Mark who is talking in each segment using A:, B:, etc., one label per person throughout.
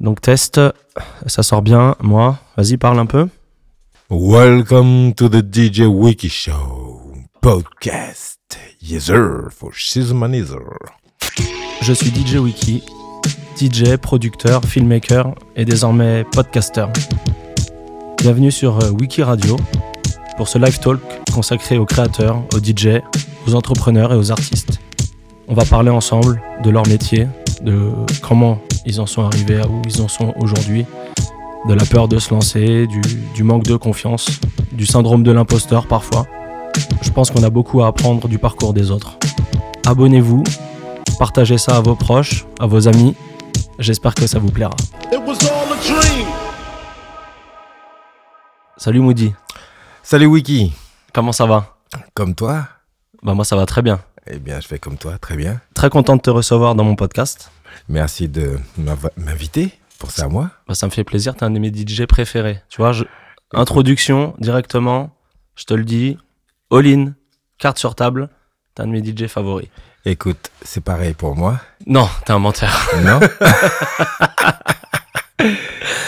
A: Donc test, ça sort bien, moi. Vas-y, parle un peu.
B: Welcome to the DJ Wiki Show podcast. Yes, sir, for she's
A: Je suis DJ Wiki, DJ, producteur, filmmaker et désormais podcaster. Bienvenue sur euh, Wiki Radio pour ce live talk consacré aux créateurs, aux DJ, aux entrepreneurs et aux artistes. On va parler ensemble de leur métier, de comment ils en sont arrivés à où ils en sont aujourd'hui, de la peur de se lancer, du, du manque de confiance, du syndrome de l'imposteur parfois. Je pense qu'on a beaucoup à apprendre du parcours des autres. Abonnez-vous, partagez ça à vos proches, à vos amis. J'espère que ça vous plaira.
C: It was all a dream.
A: Salut Moody,
B: Salut Wiki.
A: comment ça va
B: Comme toi
A: Bah moi ça va très bien.
B: Eh bien, je fais comme toi, très bien.
A: Très content de te recevoir dans mon podcast.
B: Merci de m'av- m'inviter. Pour ça, moi.
A: Bah, ça me fait plaisir, t'es un de mes DJ préférés. Tu vois, je- introduction directement, je te le dis, all-in, carte sur table, t'es un de mes DJ favoris.
B: Écoute, c'est pareil pour moi.
A: Non, t'es un menteur.
B: Non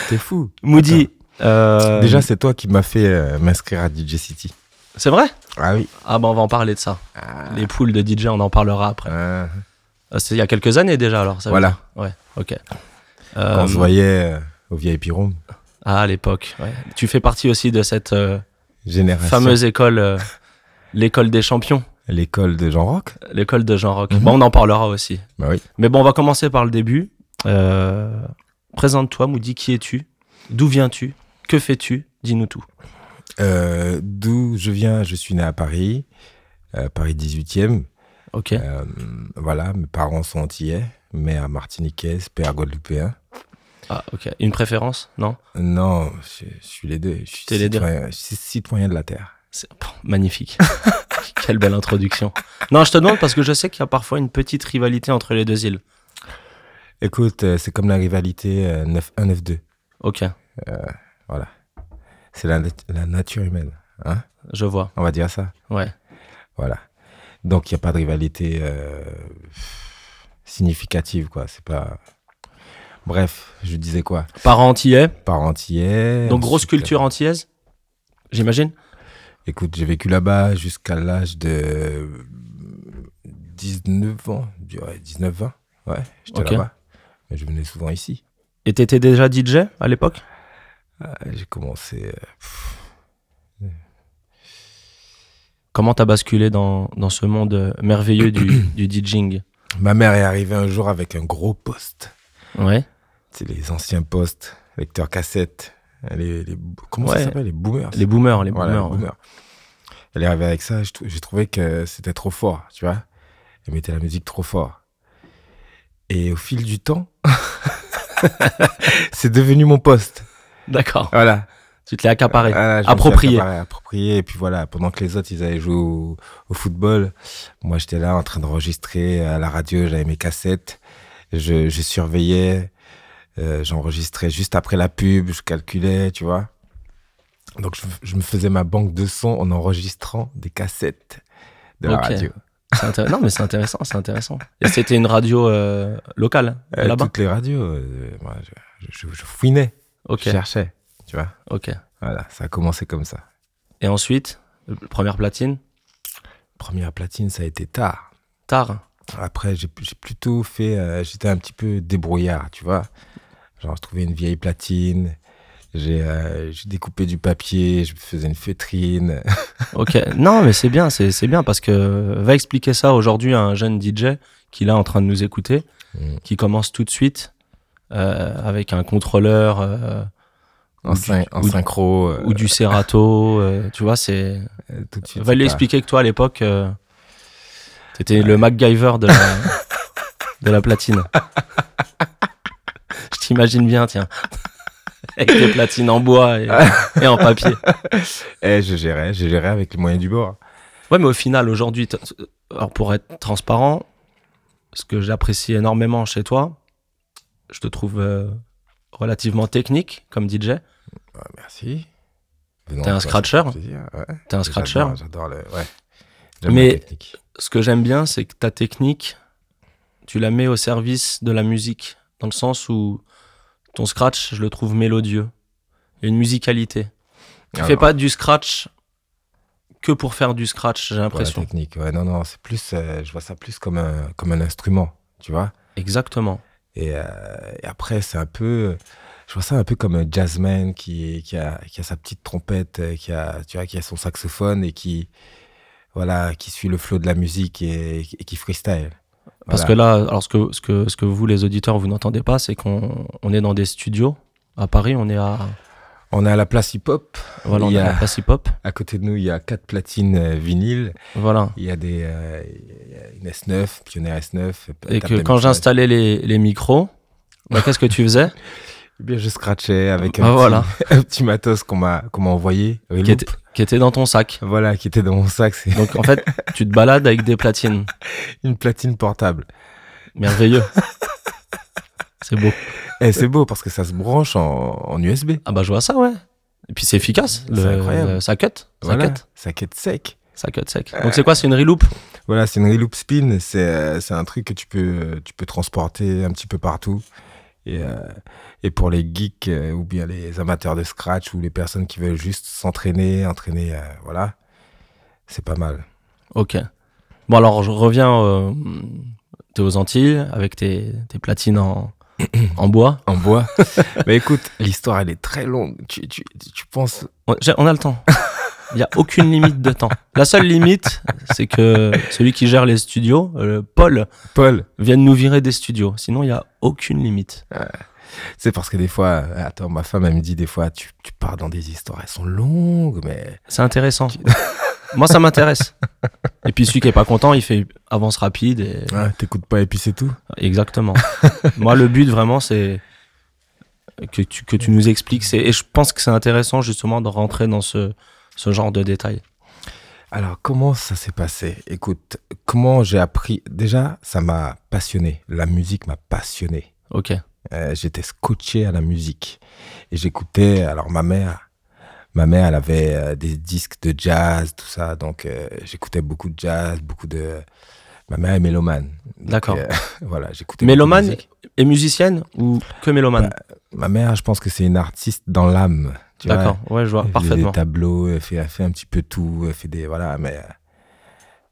B: T'es fou.
A: Moody, euh,
B: Déjà, c'est toi qui m'as fait euh, m'inscrire à DJ City.
A: c'est vrai
B: Ah oui.
A: Ah bah on va en parler de ça.
B: Ah.
A: Les poules de DJ, on en parlera après.
B: Ah.
A: Euh, C'est il y a quelques années déjà alors. Ça veut
B: Voilà.
A: dire. Ouais, ok.
B: Quand
A: Euh,
B: on se voyait euh, au vieil Piron.
A: ah, à l'époque. ouais. Tu fais partie aussi de cette euh,
B: Génération.
A: fameuse école, euh, l'école des champions,
B: L'école de Jean Rock.
A: l'école de Jean Rock.
B: Mhm.
A: Bon, on en parlera aussi.
B: Bah oui.
A: Mais bon, on va commencer par le début. Euh, Présente-toi, Moody, qui es-tu D'où viens-tu Que fais-tu Dis-nous tout.
B: Euh, D'où je viens, je suis né à Paris, euh, Paris 18e.
A: Ok.
B: Euh, voilà, mes parents sont antillais, mère martiniquaise, père guadeloupéen.
A: Ah, ok. Une préférence Non
B: Non, je, je suis les deux. Je suis,
A: T'es les deux.
B: citoyen, je suis citoyen de la Terre.
A: C'est- Pff, Magnifique. Quelle belle introduction. Non, je te demande parce que je sais qu'il y a parfois une petite rivalité entre les deux îles.
B: Écoute, euh, c'est comme la rivalité euh, 9-1-9-2.
A: Ok,
B: C'est la, nat- la nature humaine, hein
A: je vois.
B: on va dire ça.
A: Ouais.
B: Voilà. Donc, il n'y a pas de rivalité euh, significative, quoi. C'est pas... Bref, je disais quoi
A: Parents antillais,
B: Par antillais.
A: donc grosse
B: ensuite,
A: culture antillaise, j'imagine
B: Écoute, j'ai vécu là-bas jusqu'à l'âge de 19 ans. Ouais, 19 ans. Ouais, j'étais
A: Ok.
B: là-bas. Mais je venais souvent ici.
A: Et t'étais déjà DJ à l'époque
B: Ah, j'ai commencé. euh, pff,
A: Comment t'as basculé dans, dans ce monde euh, merveilleux du, du DJing
B: Ma mère est arrivée un jour avec un gros poste.
A: Ouais.
B: C'est les anciens postes, lecteur cassette. Les, les- comment
A: Ouais.
B: ça s'appelle Les boomers.
A: Les boomers, les
B: Voilà, les
A: boomers. ouais.
B: boomers. Elle est arrivée avec ça. je trou- J'ai trouvé que c'était trop fort, tu vois. Elle mettait la musique trop fort. Et au fil du temps, c'est devenu mon poste.
A: D'accord. Euh.
B: Voilà.
A: Tu te l'es accaparé.
B: Voilà, je me suis
A: Approprié.
B: accaparé, approprié. Et puis voilà, pendant que les autres, ils allaient jouer au, au football, moi, j'étais là en train d'enregistrer à la radio, j'avais mes cassettes, je, je surveillais, euh, j'enregistrais juste après la pub, je calculais, tu vois. Donc, je, je me faisais ma banque de sons en enregistrant des cassettes de la
A: Ok.
B: radio.
A: C'est intér- non, mais c'est intéressant, c'est intéressant. Et c'était une radio euh, locale, de
B: Euh,
A: là-bas
B: toutes les radios, euh, moi, je, je- je fouinais,
A: Ok,
B: je cherchais, tu vois.
A: ok.
B: Voilà, ça a commencé comme ça.
A: Et ensuite, euh, première platine,
B: Première platine, ça a été tard.
A: tard.
B: Après, j'ai j'ai plutôt fait. euh, J'étais un petit peu débrouillard, tu vois. Genre, je trouvais une vieille platine, j'ai euh, j'ai découpé du papier, je faisais une feutrine.
A: Ok, non, mais c'est bien, c'est c'est bien parce que va expliquer ça aujourd'hui à un jeune DJ qui est là en train de nous écouter,
B: Mm.
A: qui commence tout de suite euh, avec un contrôleur euh,
B: En,
A: Ou
B: syn-
A: du-
B: en
A: ou du-
B: synchro. euh,
A: ou du Serato, euh, tu vois, c'est.
B: euh, tout de suite.
A: Va lui
B: c'est pas-
A: expliquer que toi à l'époque, euh, t'étais le MacGyver de la, de la platine. Je t'imagine bien, tiens. Avec des platines en bois et, et en papier.
B: Eh, je gérais, je gérais avec les moyens du bord.
A: Ouais, mais au final, aujourd'hui, t- alors pour être transparent, ce que j'apprécie énormément chez toi, je te trouve euh, relativement technique comme DJ.
B: Ouais, Ah, merci. Venant
A: T'es un
B: de toi, ça fait
A: scratcher
B: plaisir, ouais.
A: T'es un scratcher.
B: J'adore- J'adore le. Ouais. J'aime
A: Mais-
B: la technique.
A: Ce que j'aime bien, c'est que ta technique, tu la mets au service de la musique, dans le sens où Ton scratch, je le trouve mélodieux. Il y a une musicalité. Tu fais
B: Alors,
A: pas du scratch que pour faire du scratch, j'ai
B: pour la
A: l'impression.
B: technique. Ouais, non, non, c'est plus, euh, je vois ça plus comme un, comme un instrument, tu vois.
A: Exactement.
B: Et, euh, et après, c'est un peu, je vois ça un peu comme un jazzman qui, qui, a, qui a sa petite trompette, euh, qui a, tu vois, qui a son saxophone et qui, voilà, qui suit le flow de la musique et, et qui freestyle.
A: Parce que là, alors ce que, ce, que, ce que vous, les auditeurs, vous n'entendez pas, c'est qu'on on est dans des studios. À Paris, on est à,
B: On est à la place hip-hop.
A: voilà, on
B: Il y
A: est à la
B: a-
A: place hip-hop.
B: À côté de nous, il y a quatre platines euh, vinyles.
A: Voilà.
B: Il y a des, euh, il y a une S9, Pioneer S9.
A: Et
B: Captain
A: que quand
B: Mixage.
A: j'installais les, les micros, bah, qu'est-ce que tu faisais
B: Eh bien, je scratchais avec un,
A: Bah,
B: petit,
A: voilà.
B: un petit matos qu'on m'a qu'on m'a envoyé. une
A: qui, était,
B: loupe.
A: qui était dans ton sac.
B: Voilà, qui était dans mon sac. C'est
A: Donc en fait, tu te balades avec des platines.
B: une platine portable.
A: Merveilleux. C'est beau.
B: Et Eh, c'est beau parce que ça se branche en, en USB.
A: Ah bah je vois ça, ouais. Et puis c'est efficace.
B: C'est
A: Le-
B: incroyable.
A: le- ça cut. Ça
B: Voilà, Euh.
A: cut.
B: ça cut sec.
A: Ça cut sec. Donc c'est quoi C'est une reloop
B: Voilà, c'est une reloop spin. C'est euh, c'est un truc que tu peux, tu peux transporter un petit peu partout. Et, euh, et pour les geeks euh, ou bien les amateurs de scratch ou les personnes qui veulent juste s'entraîner, entraîner, euh, voilà, c'est pas mal.
A: Ok. Bon alors je reviens. euh, T'es aux Antilles avec tes, tes platines en, en bois.
B: En bois. Mais écoute, l'histoire elle est très longue. Tu, tu, tu penses
A: On, j'ai- on a le temps. Il n'y a aucune limite de temps. La seule limite, c'est que celui qui gère les studios, euh, Paul,
B: Paul
A: vienne nous virer des studios. Sinon, il n'y a aucune limite.
B: C'est parce que des fois, euh, attends, ma femme elle me dit des fois, tu, tu pars dans des histoires, elles sont longues, mais
A: C'est intéressant. Moi, ça m'intéresse. Et puis celui qui est pas content, il fait avance rapide. et-
B: Ah, t'écoutes pas et puis c'est tout.
A: Exactement. Moi, le but vraiment, c'est que tu, que tu nous expliques. C'est- Et je pense que c'est intéressant justement de rentrer dans ce, ce genre de détails.
B: Alors, comment ça s'est passé Écoute, comment j'ai appris Déjà, ça m'a passionné. La musique m'a passionné.
A: Ok.
B: Euh, J'étais scotché à la musique. Et j'écoutais, alors ma mère, ma mère, elle avait euh, des disques de jazz, tout ça. Donc, euh, j'écoutais beaucoup de jazz, beaucoup de... Ma mère est mélomane. Donc,
A: D'accord.
B: euh, voilà, j'écoutais... beaucoup de
A: Mélomane
B: musique.
A: et musicienne ou que mélomane
B: Ma mère, je pense que c'est une artiste dans l'âme. tu vois.
A: D'accord. Ouais, je vois.
B: Elle fait
A: Parfaitement.
B: des tableaux, elle fait, elle fait un petit peu tout, elle fait des. Voilà, mais. euh,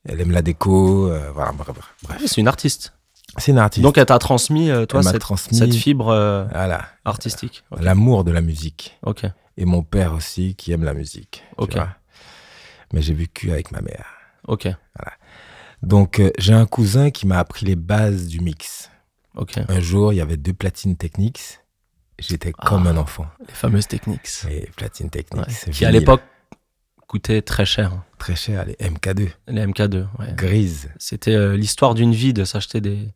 B: Elle aime la déco, euh, voilà, bref. bref, bref.
A: C'est une artiste.
B: C'est une artiste.
A: Donc, elle t'a transmis, euh, toi,
B: Elle m'a
A: cette,
B: transmis-
A: cette fibre euh,
B: voilà,
A: artistique. Ok.
B: l'amour de la musique.
A: Ok.
B: Et mon père aussi qui aime la musique. tu
A: Ok.
B: vois. Mais j'ai vécu avec ma mère.
A: Ok.
B: Donc, euh, j'ai un cousin qui m'a appris les bases du mix.
A: Ok.
B: Un jour, il y avait deux platines Technics. J'étais comme
A: Ah.
B: un enfant.
A: Les fameuses techniques.
B: Les platines
A: Ouais.
B: Technics.
A: Qui à
B: vinyle,
A: l'époque coûtait très cher. hein.
B: Très cher, les MK2.
A: Les MK2. ouais.
B: Grise.
A: C'était euh, l'histoire d'une vie de s'acheter des,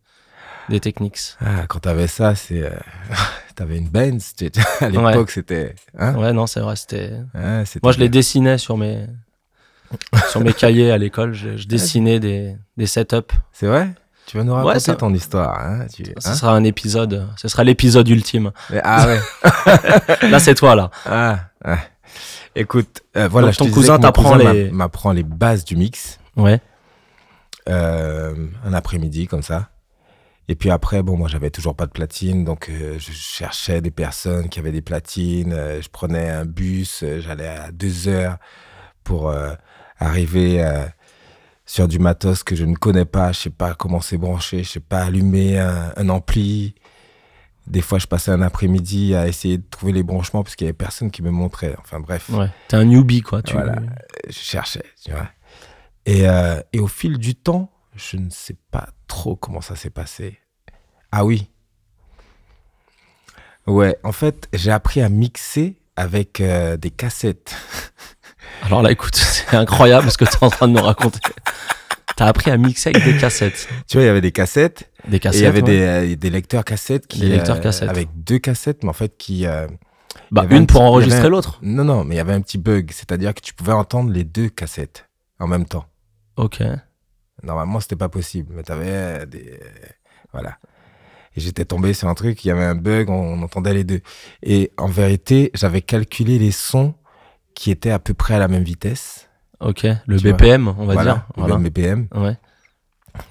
A: des Technics.
B: Ah, quand t'avais ça, c'est. euh, t'avais une Benz. tu- À l'époque, c'était. hein,
A: Ouais, non, c'est vrai. C'était.
B: hein, c'était-
A: Moi, je les dessinais sur mes sur mes cahiers à l'école. Je,
B: Ah,
A: je dessinais des, des setups.
B: C'est vrai Tu vas nous
A: Ouais,
B: raconter
A: ça-
B: ton histoire. Hein tu-
A: Ce
B: hein
A: sera un épisode. Ce sera l'épisode ultime.
B: Mais- Ah ouais.
A: Là, c'est toi là.
B: ah, ah. Écoute, euh, voilà.
A: Donc,
B: je
A: ton
B: te disais
A: cousin
B: que mon
A: t'apprend
B: cousin
A: les-
B: m'a- m'apprend les bases du mix.
A: Ouais.
B: euh, un après-midi, comme ça. Et puis après, bon, moi, j'avais toujours pas de platine, donc euh, je cherchais des personnes qui avaient des platines. euh, je prenais un bus, euh, j'allais à deux heures pour euh, arriver euh, sur du matos que je ne connais pas. Je sais pas comment c'est branché, je sais pas allumer un, un ampli. Des fois, je passais un après-midi à essayer de trouver les branchements parce qu'il y avait personne qui me montrait. Enfin bref,
A: Ouais. T'es un newbie quoi. Tu...
B: Voilà. je cherchais, tu vois. Et, euh, et au fil du temps, je ne sais pas trop comment ça s'est passé. Ah oui. Ouais, en fait, j'ai appris à mixer avec euh, des cassettes.
A: Alors là, écoute, c'est incroyable ce que t'es en train de nous raconter. T'as appris à mixer avec des cassettes.
B: Tu vois, il y avait des cassettes.
A: Des
B: et
A: cassettes.
B: il y avait
A: ouais.
B: des, euh, des lecteurs cassettes qui.
A: Des lecteurs
B: euh,
A: cassettes.
B: Avec deux cassettes, mais en fait, qui. euh,
A: Bah,
B: il y avait un
A: une pour
B: petit- il y
A: enregistrer
B: avait-
A: l'autre.
B: Non, non, mais il y avait un petit bug. C'est-à-dire que tu pouvais entendre les deux cassettes en même temps.
A: Ok.
B: Normalement, c'était pas possible, mais t'avais euh, des. Voilà. Et j'étais tombé sur un truc, il y avait un bug, on, on entendait les deux. Et en vérité, j'avais calculé les sons qui étaient à peu près à la même vitesse.
A: Ok. Le
B: Tu vois.
A: BPM, on va
B: voilà,
A: dire.
B: le même BPM.
A: Ouais.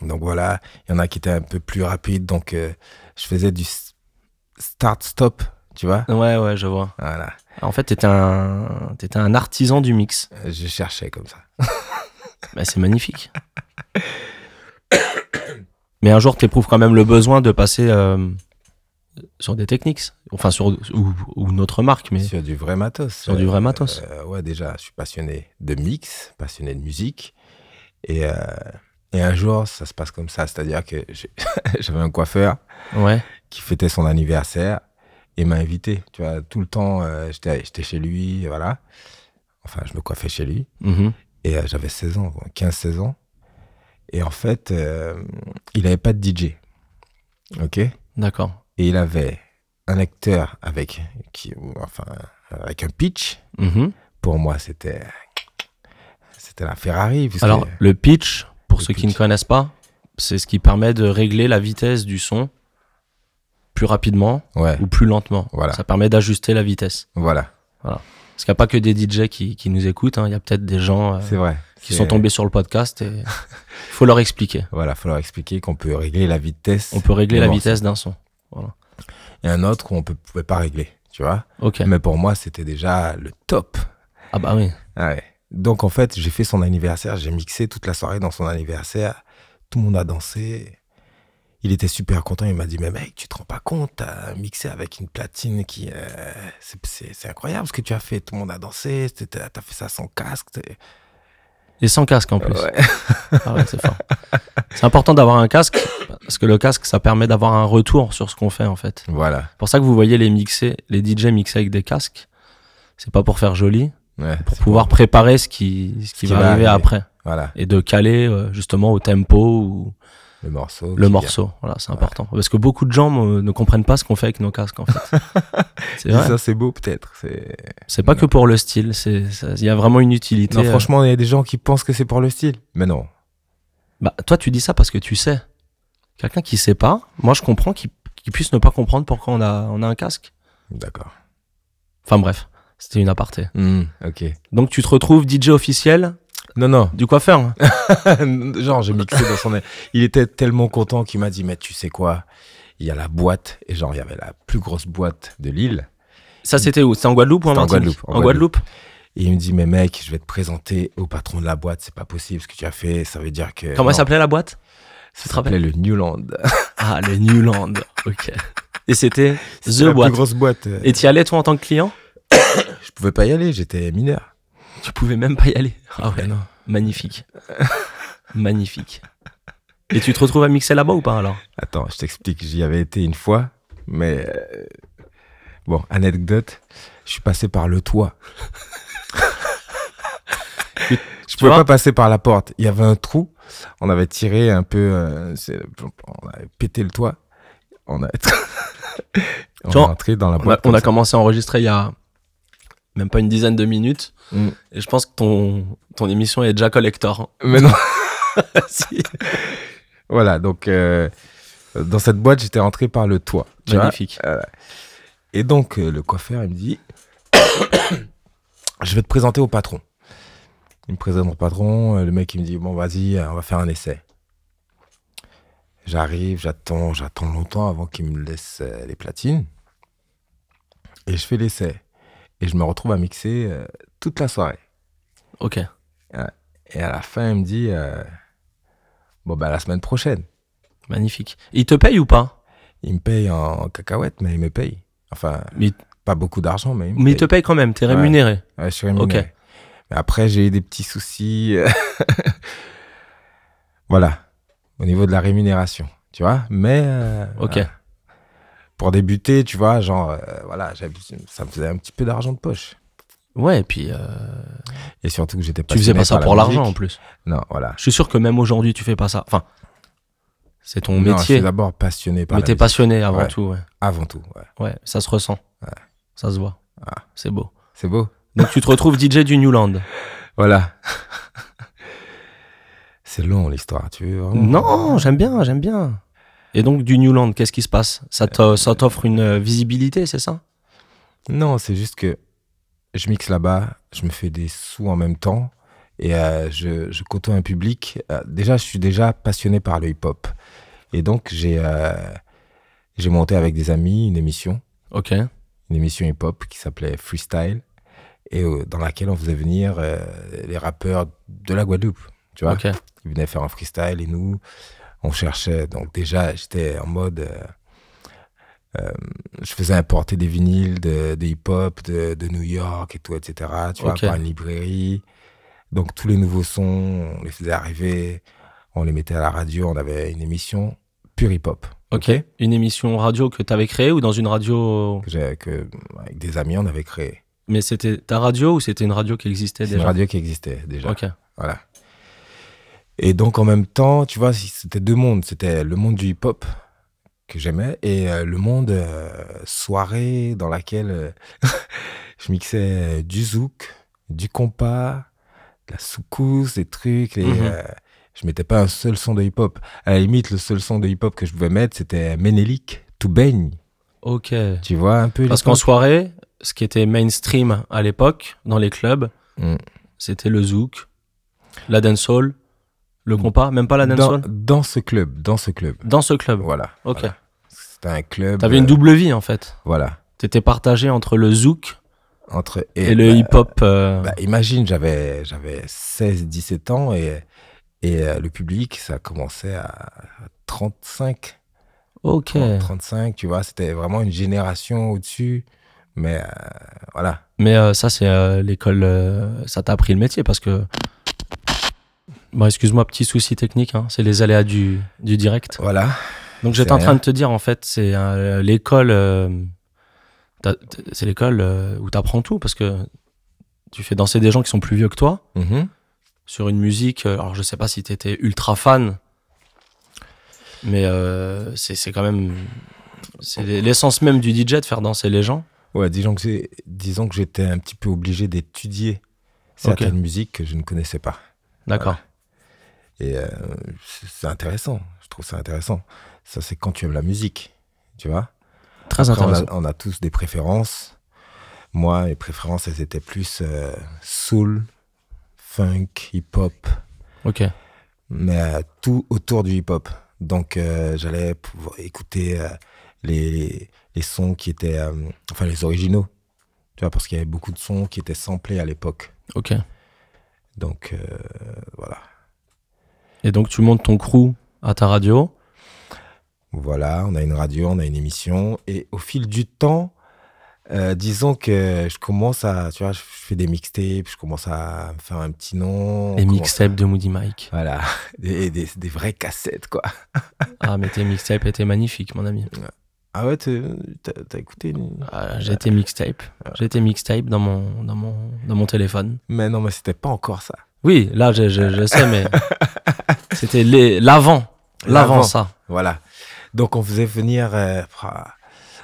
B: Donc voilà, il y en a qui étaient un peu plus rapides, donc euh, je faisais du s- start-stop, tu vois
A: Ouais, ouais, je vois.
B: Voilà.
A: En fait, t'étais un, t'étais un artisan du mix.
B: Euh, Je cherchais comme ça.
A: Bah, c'est magnifique. Mais un jour, t'éprouves quand même le besoin de passer euh, sur des techniques. Enfin, sur ou, ou notre marque, mais
B: Sur du vrai matos.
A: sur du vrai matos.
B: Euh, ouais, déjà, je suis passionné de mix, passionné de musique. Et, euh, et un jour, ça se passe comme ça. C'est-à-dire que j'ai- j'avais un coiffeur
A: Ouais.
B: qui fêtait son anniversaire et m'a invité. Tu vois, tout le temps, euh, j'étais j'étais chez lui, voilà. Enfin, je me coiffais chez lui.
A: Mhm.
B: Et euh, j'avais 16 ans, 15-16 ans. Et en fait, euh, il n'avait pas de DJ. OK
A: D'accord.
B: et il avait un acteur avec qui enfin avec un pitch
A: Mhm.
B: pour moi c'était c'était la Ferrari puisque-
A: Alors, le pitch, pour
B: Le
A: ceux qui
B: pitch.
A: ne connaissent pas, c'est ce qui permet de régler la vitesse du son plus rapidement
B: ouais
A: ou plus lentement.
B: Voilà.
A: Ça permet d'ajuster la vitesse.
B: voilà
A: Parce qu'il n'y a pas que des DJ qui, qui nous écoutent, hein. il y a peut-être des gens euh,
B: c'est vrai
A: qui
B: C'est-
A: sont tombés sur le podcast et faut leur expliquer.
B: voilà faut leur expliquer qu'on peut régler la vitesse
A: On peut régler
B: Des
A: la
B: morceaux.
A: vitesse d'un son.
B: et un autre où on peut pouvait pas régler tu vois
A: Ok.
B: mais pour moi c'était déjà le top
A: Ah bah oui.
B: Ah ouais. donc en fait j'ai fait son anniversaire j'ai mixé toute la soirée dans son anniversaire tout le monde a dansé il était super content. Il m'a dit, mais mec, tu te rends pas compte, t'as mixé avec une platine qui. euh, c'est- c'est c'est incroyable ce que tu as fait. Tout le monde a dansé, c'était- t'as t'as fait ça sans casque. t'es-
A: Et sans casque en plus.
B: Ouais.
A: Ah ouais, c'est fort. C'est important d'avoir un casque parce que le casque, ça permet d'avoir un retour sur ce qu'on fait en fait.
B: Voilà.
A: C'est pour ça que vous voyez les mixés, les DJ mixés avec des casques. C'est pas pour faire joli,
B: Ouais,
A: pour
B: c'est
A: pouvoir
B: bon.
A: préparer ce qui, ce qui va, arriver, après
B: Voilà,
A: et de caler euh, justement au tempo ou
B: le morceau. qui
A: le
B: vient.
A: morceau. Voilà, c'est important parce que beaucoup de gens euh, ne comprennent pas ce qu'on fait avec nos casques en fait. c'est
B: Et
A: vrai.
B: Ça, c'est beau, peut-être. c'est-
A: C'est pas que pour le style, c'est ça- il y a vraiment une utilité.
B: Non,
A: euh.
B: franchement, il y a des gens qui pensent que c'est pour le style. Mais non.
A: Bah, toi, tu dis ça parce que tu sais. Quelqu'un qui sait pas, moi, je comprends qu'il qu'il puisse ne pas comprendre pourquoi on a, on a un casque.
B: D'accord.
A: Enfin, bref, c'était une aparté.
B: Hmm, ok.
A: Donc, tu te retrouves DJ officiel
B: Non, non.
A: du coiffeur.
B: genre, j'ai mixé dans son. Il était tellement content qu'il m'a dit, mais tu sais quoi Il y a la boîte. Et genre, il y avait la plus grosse boîte de l'île.
A: Ça, c'était où C'était en Guadeloupe ou en
B: C'était en
A: Martinique
B: Guadeloupe, en
A: En Guadeloupe.
B: Et il me dit, mais mec, je vais te présenter au patron de la boîte, c'est pas possible ce que tu as fait, ça veut dire que.
A: Comment
B: Non,
A: ça s'appelait la boîte
B: Ça
A: te rappelles
B: s'appelait le Newland.
A: Ah, le Newland. ok. Et c'était
B: C'était
A: The
B: la
A: Boîte.
B: plus grosse boîte. euh,
A: Et t'y allais, toi, en tant que client
B: Je pouvais pas y aller, j'étais mineur.
A: Tu pouvais même pas y aller. Ah ouais,
B: Mais non.
A: magnifique. magnifique. Et tu te retrouves à mixer là-bas ou pas alors
B: Attends, je t'explique, j'y avais été une fois, mais. euh, Bon, anecdote, je suis passé par le toit. je pouvais
A: vois
B: pas passer par la porte. Il y avait un trou, on avait tiré un peu. euh, c'est- on avait pété le toit. On a. on est
A: Genre,
B: entré dans la
A: On a,
B: boîte.
A: on a
B: comme
A: commencé à enregistrer il y a même pas une dizaine de minutes.
B: Mm.
A: Et je pense que ton, ton émission est déjà collector.
B: ça. Mais non.
A: Si.
B: Voilà, donc euh, dans cette boîte, j'étais rentré par le toit. tu vois.
A: Magnifique.
B: Et donc, euh, le coiffeur, il me dit Je vais te présenter au patron. Il me présente mon patron. euh, Le mec, il me dit Bon, vas-y, euh, on va faire un essai. J'arrive, j'attends, j'attends longtemps avant qu'il me laisse euh, les platines. Et je fais l'essai. Et je me retrouve à mixer euh, toute la soirée.
A: Ok.
B: Et à la fin, il me dit euh, Bon, bah, la semaine prochaine.
A: Magnifique. Il te paye ou pas
B: Il me paye en cacahuète, mais il me paye. Enfin,
A: Mais-
B: pas beaucoup d'argent, mais il me
A: Mais il te
B: paye.
A: paye quand même. T'es
B: Ouais.
A: rémunéré.
B: Ouais, je suis rémunéré.
A: Ok.
B: Mais après, j'ai eu des petits soucis. euh, voilà. Au niveau de la rémunération, tu vois. Mais. euh,
A: Ok.
B: voilà. Pour débuter, tu vois, genre, euh, voilà, j'avais- ça me faisait un petit peu d'argent de poche.
A: Ouais, et puis euh,
B: Et surtout que j'étais pas.
A: tu faisais pas ça pour l'argent en plus.
B: Non, voilà.
A: Je suis sûr que même aujourd'hui, tu fais pas ça. Enfin, c'est ton
B: Non, je suis
A: métier.
B: d'abord passionné par
A: Mais
B: la
A: t'es
B: musique.
A: passionné avant
B: Ouais.
A: tout. Ouais.
B: Avant tout, ouais.
A: ouais, ça se ressent.
B: Ouais.
A: Ça se voit.
B: Ah.
A: C'est beau.
B: C'est beau.
A: Donc tu te retrouves DJ du Newland.
B: Voilà. C'est long l'histoire, tu veux. vraiment
A: Non, j'aime bien, j'aime bien. Oh. Et donc du Newland, qu'est-ce qui se passe Ça t'o- ça t'offre une euh, visibilité, c'est ça
B: Non, c'est juste que je mixe là-bas, je me fais des sous en même temps et euh, je, je côtoie un public. Euh, déjà, je suis déjà passionné par le hip-hop. Et donc, j'ai euh, j'ai monté avec des amis une émission,
A: Ok.
B: une émission hip-hop qui s'appelait Freestyle et euh, dans laquelle on faisait venir euh, les rappeurs de la Guadeloupe, tu vois.
A: Ok.
B: Ils venaient faire un freestyle et nous, on cherchait. Donc déjà, j'étais en mode... euh, euh, je faisais importer des vinyles de, de hip-hop de, de New York et tout, etc. Tu vois,
A: Ok.
B: par une librairie. Donc tous les nouveaux sons, on les faisait arriver, on les mettait à la radio, on avait une émission pure hip-hop.
A: Ok. Une émission radio que tu avais créée ou dans une radio.
B: que j'ai- que, avec des amis, on avait créé.
A: Mais c'était ta radio ou c'était une radio qui existait
B: C'est
A: déjà
B: une radio qui existait déjà.
A: Ok.
B: Voilà. Et donc, en même temps, tu vois, si- c'était deux mondes. C'était le monde du hip-hop que j'aimais et euh, le monde euh, soirée dans laquelle euh, je mixais euh, du zouk, du compas, de la soukous, des trucs. Et,
A: Mhm.
B: euh, je mettais pas un seul son de hip-hop. À la limite, le seul son de hip-hop que je pouvais mettre, c'était Ménélique, Tout baigne.
A: Ok.
B: Tu vois, un peu
A: Parce
B: l'époque.
A: qu'en soirée, ce qui était mainstream à l'époque, dans les clubs,
B: Mm.
A: c'était le zouk, la dancehall, le
B: Mm.
A: compas, même pas la
B: dans,
A: dancehall.
B: dans ce club, dans ce club.
A: Dans ce club.
B: Voilà.
A: Ok.
B: voilà. C'était un club.
A: T'avais une
B: euh,
A: double vie en fait.
B: Voilà.
A: T'étais partagé entre le zouk
B: Entre,
A: et, le
B: bah,
A: hip-hop. euh,
B: bah, imagine, j'avais, j'avais 16, 17 ans et, et euh, le public, ça commençait à 35.
A: ok.
B: 30, 35, tu vois, c'était vraiment une génération au-dessus. Mais euh, voilà.
A: Mais euh, ça, c'est euh, l'école. euh, ça t'a appris le métier parce que. Bon, excuse-moi, petit souci technique, hein, c'est les aléas du, du direct.
B: Voilà.
A: Donc
B: c'est
A: j'étais en
B: rien.
A: train de te dire, en fait, c'est euh, l'école. euh, t'as- t- c'est l'école euh, où t'apprends tout parce que tu fais danser des gens qui sont plus vieux que toi
B: Mhm.
A: sur une musique. euh, Alors je sais pas si t'étais ultra fan, mais euh, c'est c'est quand même. C'est l'essence même du DJ de faire danser les gens.
B: Ouais, disons que, c'est- disons que j'étais un petit peu obligé d'étudier certaines musiques que je ne connaissais pas.
A: D'accord.
B: Et euh, c'est c'est intéressant. Je trouve ça intéressant. Ça, c'est quand tu aimes la musique. Tu vois
A: Très
B: Après, on a,
A: intéressant.
B: on a tous des préférences. Moi, mes préférences, elles étaient plus euh, soul, funk, hip-hop,
A: Ok.
B: mais euh, tout autour du hip-hop. Donc, euh, j'allais pouvoir écouter euh, les, les sons qui étaient, euh, enfin, les originaux. Tu vois, parce qu'il y avait beaucoup de sons qui étaient samplés à l'époque.
A: Ok.
B: Donc, euh, voilà.
A: Et donc tu montes ton crew à ta radio.
B: Voilà, on a une radio, on a une émission. Et au fil du temps, euh, disons que je commence à, tu vois, je fais des mixtapes, je commence à me faire un petit nom.
A: les
B: on commence-
A: mixtapes de Moody Mike.
B: Voilà, des, des, des vraies cassettes, quoi.
A: Ah, mais tes mixtapes étaient magnifiques, mon ami.
B: Ah ouais, t'es- t'as t'as écouté une-
A: Ah, j'ai été mixtape.
B: Ah.
A: J'ai été mixtape dans mon, dans, mon, dans mon téléphone.
B: Mais non, mais c'était pas encore ça.
A: Oui, là, je, je, je sais, mais c'était les- l'avant. L'avant,
B: L'avant.
A: ça.
B: Voilà. Donc, on faisait venir, euh, pra-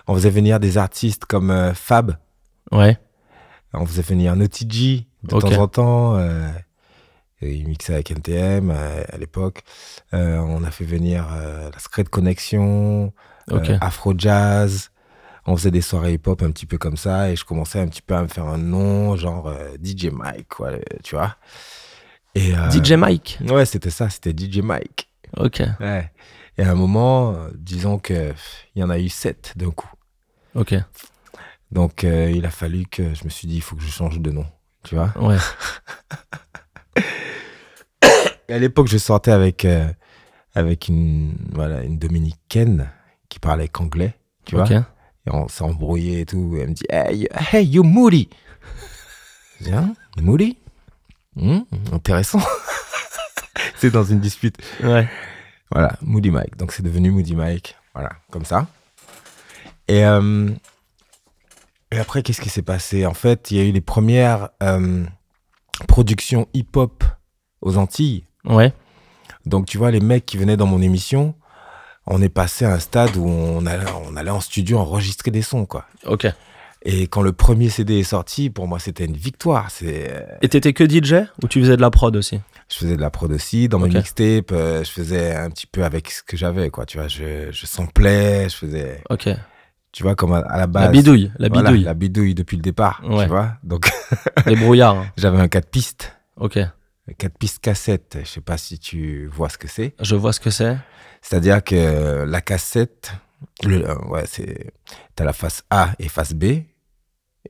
B: on faisait venir des artistes comme euh, Fab,
A: Ouais.
B: on faisait venir Naughty G de
A: Ok.
B: temps en temps. euh, et il mixait avec NTM euh, à l'époque. Euh, on a fait venir euh, la Secret Connection,
A: Ok.
B: euh, Afro Jazz. On faisait des soirées hip-hop un petit peu comme ça et je commençais un petit peu à me faire un nom, genre euh, DJ Mike, quoi, euh, tu vois. Et, euh,
A: DJ Mike.
B: Ouais, c'était ça, c'était DJ Mike.
A: Ok.
B: Ouais. Et à un moment, euh, disons que pff, il y en a eu sept d'un coup.
A: Ok.
B: Donc euh, il a fallu que je me suis dit, il faut que je change de nom, tu vois.
A: Ouais.
B: Et à l'époque, je sortais avec, euh, avec une, voilà, une dominicaine qui parlait qu'anglais, tu
A: Ok.
B: vois. Et on s'est embrouillé et tout. Et elle me dit, hey, you- hey, you moody. Je dis, hein, moody Hmm, Intéressant. c'est dans une dispute.
A: Ouais.
B: Voilà, Moody Mike. Donc c'est devenu Moody Mike. Voilà, comme ça. Et, euh, et après, qu'est-ce qui s'est passé En fait, il y a eu les premières euh, productions hip-hop aux Antilles.
A: Ouais.
B: Donc tu vois, les mecs qui venaient dans mon émission, on est passé à un stade où on allait, on allait en studio enregistrer des sons, quoi.
A: Ok.
B: Et quand le premier CD est sorti, pour moi, c'était une victoire. C'est, euh,
A: Et t'étais que DJ ou tu faisais de la prod aussi
B: je faisais de la prod aussi, dans mes
A: Ok.
B: mixtapes, euh, je faisais un petit peu avec ce que j'avais, quoi. Tu vois, je, je samplais, je faisais,
A: Ok.
B: tu vois, comme à, à la base.
A: La bidouille. La
B: Bah, Voilà,
A: bidouille.
B: la bidouille depuis le départ,
A: Ouais.
B: tu vois. Donc,
A: Les brouillards. hein.
B: j'avais un 4 pistes,
A: Ok.
B: 4 pistes cassette. Je sais pas si tu vois ce que c'est.
A: Je vois ce que c'est.
B: C'est-à-dire que la cassette, le, euh, ouais, c'est, t'as la face A et face B, Et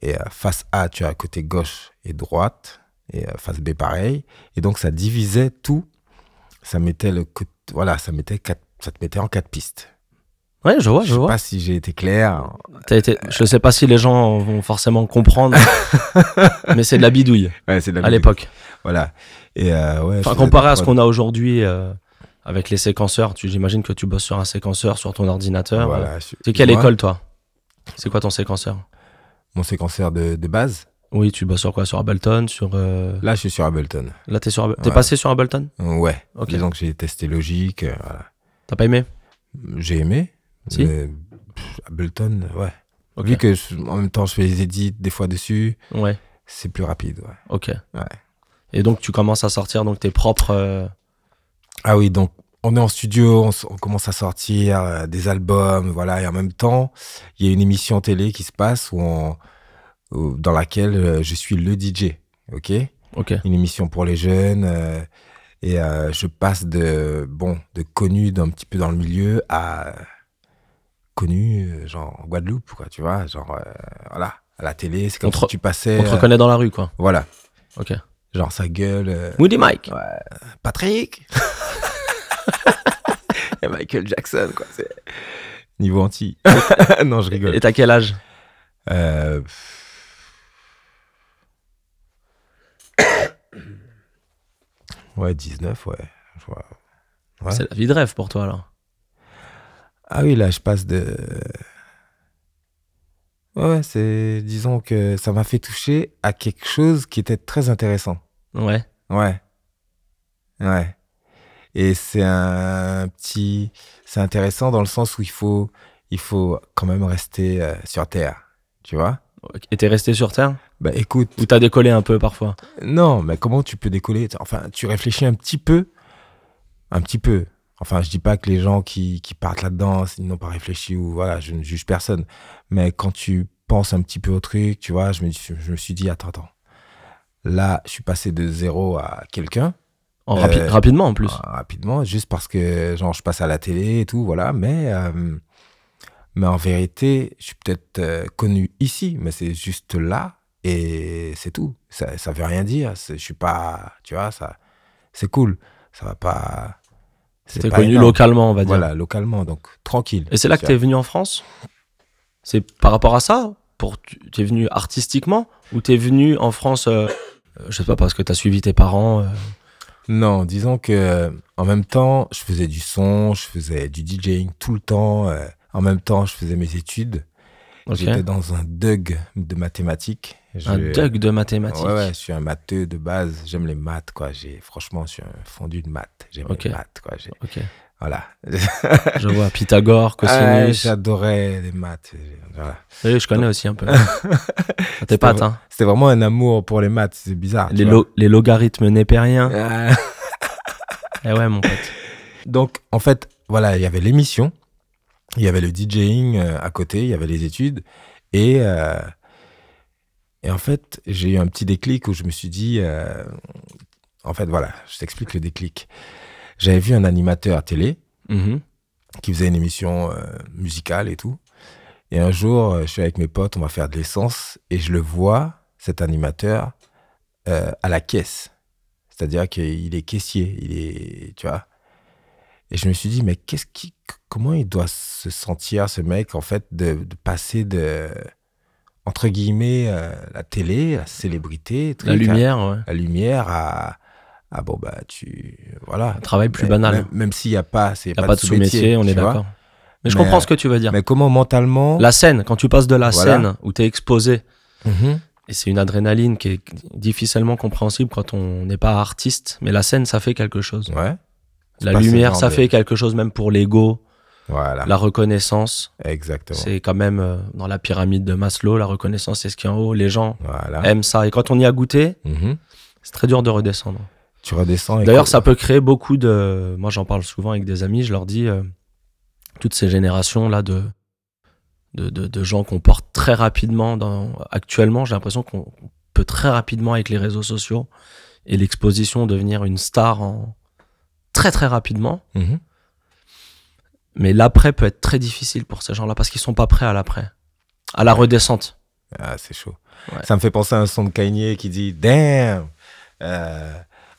B: euh, face A, tu as côté gauche et droite. Et euh, face B, pareil. Et donc, ça divisait tout. Ça mettait le côté- Voilà, ça, mettait quatre- ça te mettait en quatre pistes.
A: Ouais, je vois,
B: je
A: je
B: sais
A: vois.
B: pas si j'ai été clair.
A: T'as été- Je sais pas si les gens vont forcément comprendre, mais c'est de la bidouille
B: Ouais, c'est de la
A: à l'époque.
B: Voilà. Et euh, ouais, je
A: Enfin,
B: faisais
A: comparé
B: des
A: à ce
B: prods.
A: qu'on a aujourd'hui euh, avec les séquenceurs, tu- j'imagine que tu bosses sur un séquenceur sur ton ordinateur.
B: Voilà, je-
A: C'est quelle
B: moi,
A: école, toi C'est quoi ton séquenceur
B: Mon séquenceur de, de base.
A: Oui, tu bosses sur quoi Sur Ableton sur, euh,
B: Là, je suis sur Ableton.
A: Là, t'es sur... Ab- t'es
B: Ouais.
A: passé sur Ableton
B: Ouais.
A: Ok.
B: Disons que j'ai testé Logic. euh, voilà.
A: T'as pas aimé
B: J'ai aimé.
A: Si.
B: mais, pff, Ableton, ouais.
A: Ok.
B: Vu que je- en même temps, je fais les edits des fois dessus,
A: Ouais,
B: c'est plus rapide. ouais.
A: ok.
B: Ouais.
A: Et donc, tu commences à sortir donc tes propres. euh,
B: Ah oui, donc on est en studio, on, s- on commence à sortir euh, des albums, voilà. Et en même temps, il y a une émission télé qui se passe où on- où- dans laquelle euh, je suis le DJ. Ok.
A: Ok.
B: une émission pour les jeunes. euh, et euh, je passe de, bon, de connu d'un petit peu dans le milieu à connu, euh, genre en Guadeloupe, quoi, tu vois, genre, euh, voilà, à la télé, c'est comme
A: On te
B: si tu passais.
A: On te
B: euh,
A: reconnaît dans la rue, quoi.
B: voilà.
A: Ok.
B: Genre sa gueule. euh,
A: Moody Mike
B: Patrick Et Michael Jackson, quoi. c'est- Niveau anti. non, je rigole.
A: Et t'as quel âge
B: Euh, Ouais, 19, ouais. je vois. Ouais.
A: C'est la vie de rêve pour toi, alors.
B: Ah oui, là, je passe de. Ouais, ouais, c'est. Disons que ça m'a fait toucher à quelque chose qui était très intéressant.
A: Ouais.
B: Ouais. Ouais. Et c'est un petit. C'est intéressant dans le sens où il faut, il faut quand même rester euh, sur Terre. Tu vois
A: Et t'es resté sur Terre
B: Bah écoute,
A: Ou t'as décollé un peu parfois
B: Non, mais comment tu peux décoller Enfin, tu réfléchis un petit peu. Un petit peu. Enfin, je dis pas que les gens qui, qui partent là-dedans, ils n'ont pas réfléchi ou voilà, je ne juge personne. Mais quand tu penses un petit peu au truc, tu vois, je me, je me suis dit, attends, attends. Là, je suis passé de zéro à quelqu'un
A: En rapi-
B: Euh,
A: Rapidement, en plus.
B: euh, rapidement, juste parce que genre je passe à la télé et tout, voilà. Mais euh, mais en vérité, je suis peut-être euh, connu ici, mais c'est juste là et c'est tout. Ça ça veut rien dire. c'est- Je suis pas, tu vois, ça c'est cool. Ça va pas. c'est
A: T'es
B: pas
A: connu
B: énorme.
A: localement, on va dire.
B: Voilà, localement, donc tranquille.
A: Et c'est là que
B: Tu
A: t'es venu en France C'est par rapport à ça pour tu- T'es venu artistiquement Ou t'es venu en France, euh, euh, je sais pas, parce que t'as suivi tes parents euh,
B: Non, disons que euh, en même temps, je faisais du son, je faisais du DJing tout le temps. euh, en même temps, je faisais mes études.
A: ok.
B: J'étais dans un DUG de mathématiques.
A: Un
B: Je-
A: thug de mathématiques.
B: Ouais, ouais, je suis un matheux de base. J'aime les maths, quoi. J'ai, franchement, je suis un fondu de maths. J'aime
A: Ok.
B: les maths, quoi. J'ai-
A: Ok.
B: Voilà.
A: Je vois Pythagore,
B: Ah,
A: cosinus.
B: J'adorais les maths. Voilà.
A: Oui, je connais aussi un peu. Ah, T'es pas atteint.
B: C'était vraiment un amour pour les maths. C'est bizarre. tu
A: Les,
B: vois.
A: lo- les logarithmes népériens.
B: Ah.
A: eh ouais, mon pote.
B: Donc, en fait, voilà, il y avait l'émission, il y avait le DJing euh, à côté, il y avait les études. Et, euh, et en fait, j'ai eu un petit déclic où je me suis dit, euh, en fait, voilà, je t'explique le déclic. J'avais vu un animateur télé
A: Mhm.
B: qui faisait une émission euh, musicale et tout. Et un jour, euh, je suis avec mes potes, on va faire de l'essence, et je le vois, cet animateur, euh, à la caisse. C'est-à-dire qu'il est caissier, il est, tu vois. Et je me suis dit, mais qu'est-ce qui, c- comment il doit se sentir, ce mec, en fait, de, de passer de, entre guillemets, euh, la télé, la célébrité, truc,
A: La
B: à-
A: lumière, ouais.
B: la lumière à, à bon, bah, tu, voilà.
A: Un travail plus
B: Mais-
A: banal.
B: Même, même s'il n'y a pas, c'est
A: T'as pas de sous-métier, on
B: tu
A: est
B: vois.
A: d'accord. Mais je
B: Mais, euh,
A: comprends ce que tu veux dire.
B: Mais comment mentalement
A: La scène, quand tu passes de la
B: Voilà.
A: scène où t'es exposé
B: Mhm.
A: Et c'est une adrénaline qui est difficilement compréhensible quand on n'est pas artiste, mais la scène, ça fait quelque chose.
B: Ouais.
A: La
B: pas
A: lumière,
B: énorme,
A: ça
B: mais- Ah.
A: fait quelque chose même pour l'ego,
B: Voilà.
A: la reconnaissance.
B: Exactement.
A: C'est quand même euh, dans la pyramide de Maslow, la reconnaissance, c'est ce qui est en haut. Les gens
B: Voilà.
A: aiment ça. Et quand on y a goûté,
B: Mhm.
A: c'est très dur de redescendre.
B: Tu redescends. et
A: Eh. D'ailleurs,
B: que-
A: ça peut créer beaucoup de. Moi, j'en parle souvent avec des amis. Je leur dis euh, toutes ces générations là de de, de- de gens qu'on porte très rapidement. Dans... Actuellement, j'ai l'impression qu'on peut très rapidement avec les réseaux sociaux et l'exposition devenir une star en très très rapidement.
B: Mhm.
A: Mais l'après peut être très difficile pour ces gens-là parce qu'ils sont pas prêts à l'après, à la redescente.
B: Ah, c'est chaud.
A: Ouais.
B: Ça me fait penser à un son de Kanye qui dit Damn, euh,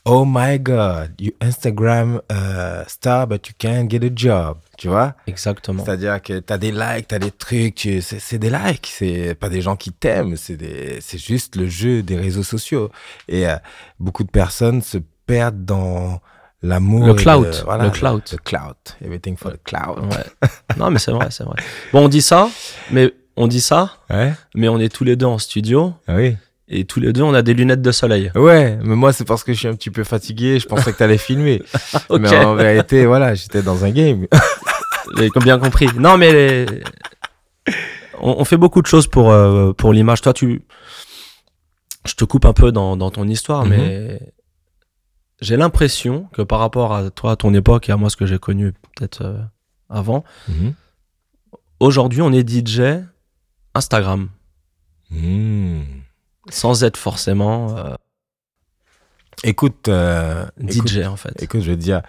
B: oh my god, you Instagram euh, star, but you can't get a job. Tu vois
A: Exactement.
B: C'est-à-dire que t'as des likes, t'as des trucs, tu- c'est c'est des likes, c'est pas des gens qui t'aiment, c'est des- c'est juste le jeu des réseaux sociaux. Et euh, beaucoup de personnes se perdent dans l'amour.
A: Le
B: et
A: clout,
B: voilà,
A: le clout.
B: Le clout. Everything for the clout.
A: Ouais. non, mais c'est vrai, c'est vrai. Bon, on dit ça, mais on dit ça,
B: Ouais, ah
A: mais on est tous les deux en studio
B: oui.
A: et tous les deux on a des lunettes de soleil.
B: Ouais, mais moi c'est parce que je suis un petit peu fatigué, je pensais que t'allais filmer.
A: Ok,
B: Mais en vérité, voilà, j'étais dans un game.
A: j'ai bien compris. Non, mais les- on, on fait beaucoup de choses pour euh, pour l'image. Toi, tu, je te coupe un peu dans, dans ton histoire,
B: Mhm.
A: mais j'ai l'impression que par rapport à toi, à ton époque et à moi, ce que j'ai connu peut-être euh, avant,
B: Mmh.
A: aujourd'hui, on est DJ Instagram.
B: Mmh.
A: sans être forcément euh,
B: Écoute, euh, écoute,
A: DJ en fait.
B: Écoute, je veux te dire,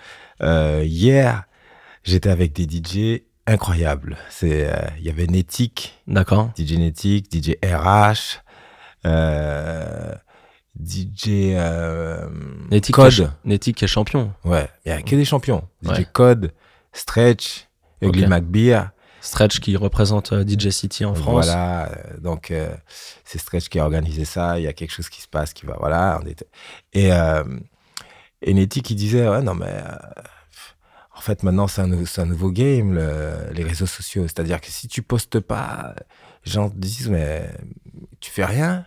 B: euh, hier, j'étais avec des DJ incroyables. C'est, euh, il y avait Netic,
A: D'accord.
B: DJ Netic, DJ RH, euh, DJ euh,
A: Netic qui, est
B: Code.
A: ch- Netic qui est champion.
B: Ouais, il y a que des champions. DJ
A: Ouais.
B: Code, Stretch, Ugly
A: Ok.
B: McBeer.
A: Stretch qui représente euh, DJ City en France.
B: Voilà, euh, donc euh, c'est Stretch qui a organisé ça. Il y a quelque chose qui se passe, qui va, voilà. on était- Et, euh, et Netty qui disait, ouais, non mais euh, en fait maintenant c'est un, nou- c'est un nouveau game, le- les réseaux sociaux. C'est-à-dire que si tu postes pas, les gens te disent mais tu fais rien.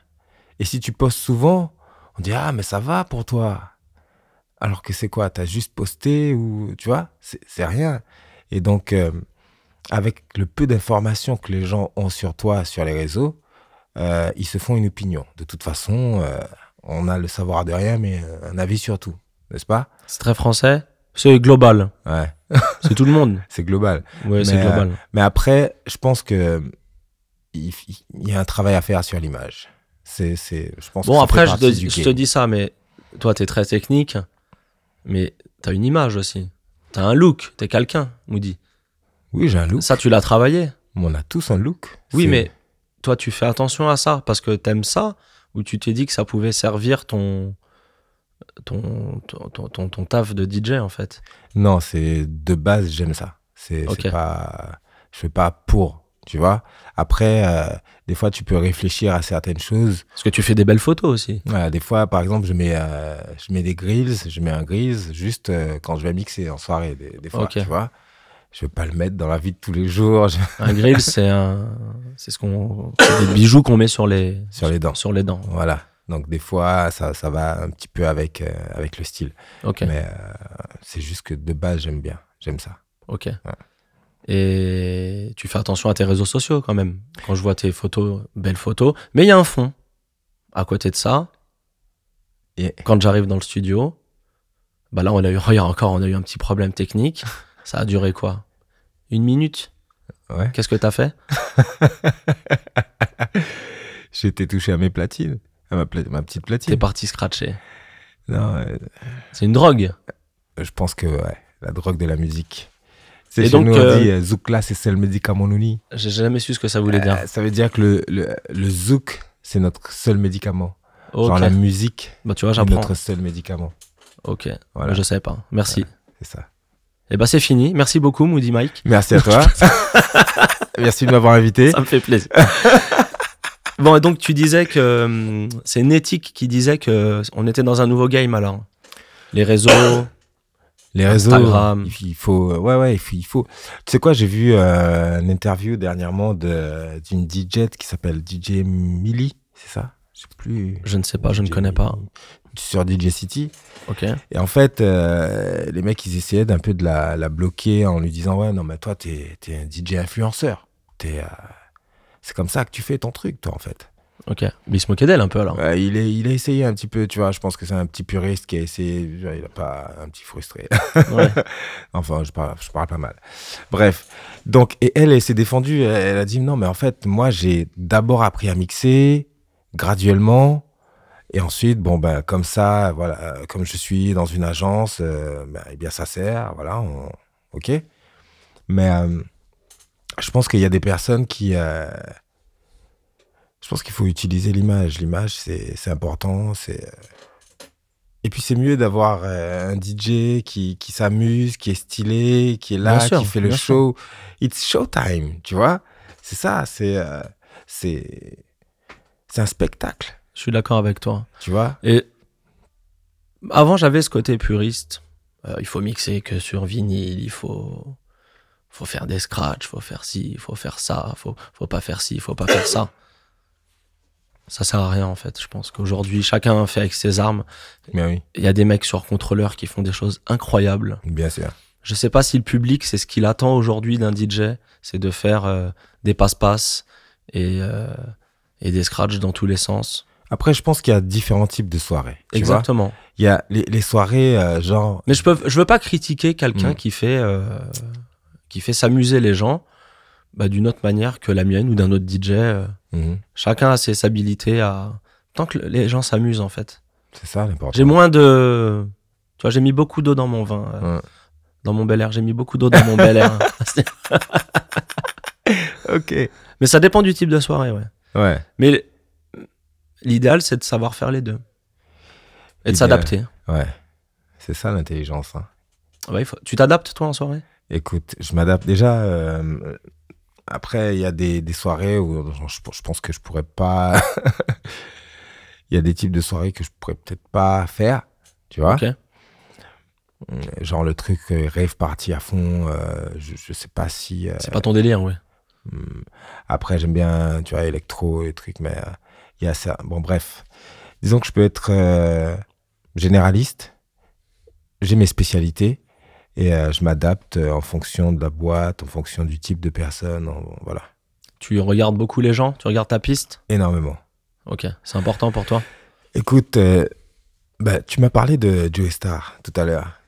B: Et si tu postes souvent, on dit ah mais ça va pour toi. Alors que c'est quoi T'as juste posté ou tu vois C'est c'est rien. Et donc euh, avec le peu d'informations que les gens ont sur toi, sur les réseaux, euh, ils se font une opinion. De toute façon, euh, on a le savoir de rien, mais euh, un avis sur tout, n'est-ce pas
A: C'est très français. C'est global.
B: Ouais,
A: C'est tout le monde.
B: c'est global.
A: Oui, c'est
B: Mais, euh,
A: global.
B: Mais après, je pense que il, il y a un travail à faire sur l'image. C'est, c'est, je pense. que
A: Bon,
B: ça
A: après,
B: fait
A: je te,
B: partie du
A: je te
B: game.
A: dis ça, mais toi, t'es très technique, mais t'as une image aussi. T'as un look, t'es quelqu'un, Moody.
B: Oui, j'ai un look.
A: Ça, tu l'as travaillé.
B: Mais On a tous un look.
A: Oui,
B: C'est-
A: mais toi, tu fais attention à ça parce que t'aimes ça ou tu t'es dit que ça pouvait servir ton ton, ton, ton, ton- ton taf de DJ en fait.
B: Non, c'est de base, j'aime ça. C'est c'est
A: Ok.
B: pas. Je fais pas pour, tu vois. Après, euh, des fois, tu peux réfléchir à certaines choses.
A: Parce que tu fais des belles photos aussi.
B: Voilà, des fois, par exemple, je mets, euh, je mets des grills, je mets un grills juste euh, quand je vais mixer en soirée, des, des fois,
A: Ok.
B: tu vois. Je vais pas le mettre dans la vie de tous les jours, je-
A: Un grill, c'est un, c'est ce qu'on, c'est des bijoux qu'on met sur les,
B: sur les dents.
A: sur les dents.
B: Voilà. Donc des fois, ça, ça va un petit peu avec, euh, avec le style.
A: Ok,
B: Mais euh, c'est juste que de base, j'aime bien. J'aime ça.
A: ok. Et tu fais attention à tes réseaux sociaux quand même. Quand je vois tes photos, belles photos, mais il y a un fond. À côté de ça,
B: Et-
A: quand j'arrive dans le studio, bah là on a eu, regarde encore, on a eu un petit problème technique. Ça a duré quoi Une minute.
B: Ouais.
A: Qu'est-ce que t'as fait
B: J'ai été touché à mes platines, à ma, pla- ma petite
A: T'es
B: platine.
A: parti scratcher.
B: Non, euh,
A: C'est une drogue.
B: je pense que ouais, la drogue de la musique. C'est
A: Et
B: chez
A: donc,
B: nous, on
A: euh,
B: dit euh, Zoukla, c'est le médicament nouni.
A: J'ai jamais su ce que ça voulait dire.
B: Euh, ça veut dire que le, le, le zouk, c'est notre seul médicament. Genre
A: Ok.
B: la musique,
A: Bah tu vois,
B: c'est
A: j'apprends.
B: notre seul médicament.
A: Ok.
B: Voilà,
A: Je savais pas. Merci.
B: c'est ça.
A: Et bah c'est fini. Merci beaucoup Moody Mike.
B: Merci à toi. Merci de m'avoir invité.
A: Ça me fait plaisir. bon et donc tu disais que hum, c'est Netic qui disait que euh, on était dans un nouveau game alors. Les réseaux.
B: Les réseaux,
A: Instagram.
B: il- il faut, euh, ouais, ouais, il faut, il faut. Tu sais quoi, j'ai vu euh, une interview dernièrement de- d'une DJ qui s'appelle DJ Millie, c'est ça Je sais plus.
A: je ne sais pas, je ne
B: DJ
A: connais pas.
B: Millie. Sur DJ City.
A: Ok.
B: Et en fait, euh, les mecs, ils essayaient d'un peu de la, la bloquer en lui disant Ouais, non, mais toi, t'es t'es un DJ influenceur. T'es, euh, c'est comme ça que tu fais ton truc, toi, en fait.
A: Ok. Mais il se moquait d'elle un peu alors.
B: Ouais, il, est, il a essayé un petit peu, tu vois. Je pense que c'est un petit puriste qui a essayé. genre, Il a pas un petit frustré.
A: Ouais.
B: Enfin, je parle, je parle pas mal. Bref. Donc, et elle, elle s'est défendue. Elle, elle a dit non, mais en fait, moi, j'ai d'abord appris à mixer graduellement. Et ensuite, bon, ben, comme ça, voilà, euh, comme je suis dans une agence, euh, ben, eh bien, ça sert. Voilà, on- OK. Mais euh, je pense qu'il y a des personnes qui. euh, je pense qu'il faut utiliser l'image. L'image, c'est c'est important. C'est euh, et puis c'est mieux d'avoir euh, un DJ qui, qui s'amuse, qui est stylé, qui est là,
A: Bien sûr,
B: qui fait le
A: bien
B: show. It's showtime, tu vois. C'est ça. C'est euh, c'est c'est un spectacle,
A: Je suis d'accord avec toi.
B: tu vois.
A: Et avant, j'avais ce côté puriste. Euh, il faut mixer que sur vinyle, il faut, faut faire des scratchs, faut faire ci, faut faire ça, faut, faut pas faire ci, faut pas faire ça. Ça sert à rien en fait. Je pense qu'aujourd'hui, chacun fait avec ses armes.
B: Mais oui,
A: Il y a des mecs sur contrôleur qui font des choses incroyables.
B: bien sûr.
A: Je sais pas si le public, c'est ce qu'il attend aujourd'hui d'un DJ, c'est de faire euh, des passe-passe et, euh, et des scratchs dans tous les sens.
B: Après, je pense qu'il y a différents types de soirées. Tu vois
A: Exactement.
B: Il y a les, les soirées euh, genre.
A: Mais je peux, je veux pas critiquer quelqu'un
B: Mm.
A: qui fait, euh, qui fait s'amuser les gens bah, d'une autre manière que la mienne ou d'un autre DJ. euh.
B: Mhm.
A: Chacun a ses habilités à tant que le- les gens s'amusent en fait.
B: C'est ça l'important.
A: J'ai moins de, tu vois, j'ai mis beaucoup d'eau dans mon vin, euh,
B: Ouais.
A: dans mon Bel Air. J'ai mis beaucoup d'eau dans mon Bel Air.
B: Ok.
A: Mais ça dépend du type de soirée, ouais.
B: Ouais.
A: Mais l'idéal, c'est de savoir faire les deux et
B: L'idéal.
A: de s'adapter.
B: Ouais. C'est ça l'intelligence. hein.
A: Ah bah, il faut- Tu t'adaptes toi en soirée
B: Écoute, je m'adapte déjà. euh, après, il y a des, des soirées où genre, je, je pense que je pourrais pas. Il y a des types de soirées que je pourrais peut-être pas faire. Tu vois
A: Ok.
B: Euh, Genre le truc euh, rave party à fond. euh, je, je sais pas si. euh,
A: C'est pas ton délire, ouais.
B: Hmm. Après, j'aime bien, tu vois, électro, les trucs, mais euh, il y a ça. Bon, bref. Disons que je peux être euh, généraliste. J'ai mes spécialités et euh, je m'adapte euh, en fonction de la boîte, en fonction du type de personne. en- voilà.
A: Tu regardes beaucoup les gens, tu regardes ta piste.
B: Énormément.
A: Ok, c'est important pour toi.
B: Écoute, euh, bah, tu m'as parlé de Joe Star tout à l'heure.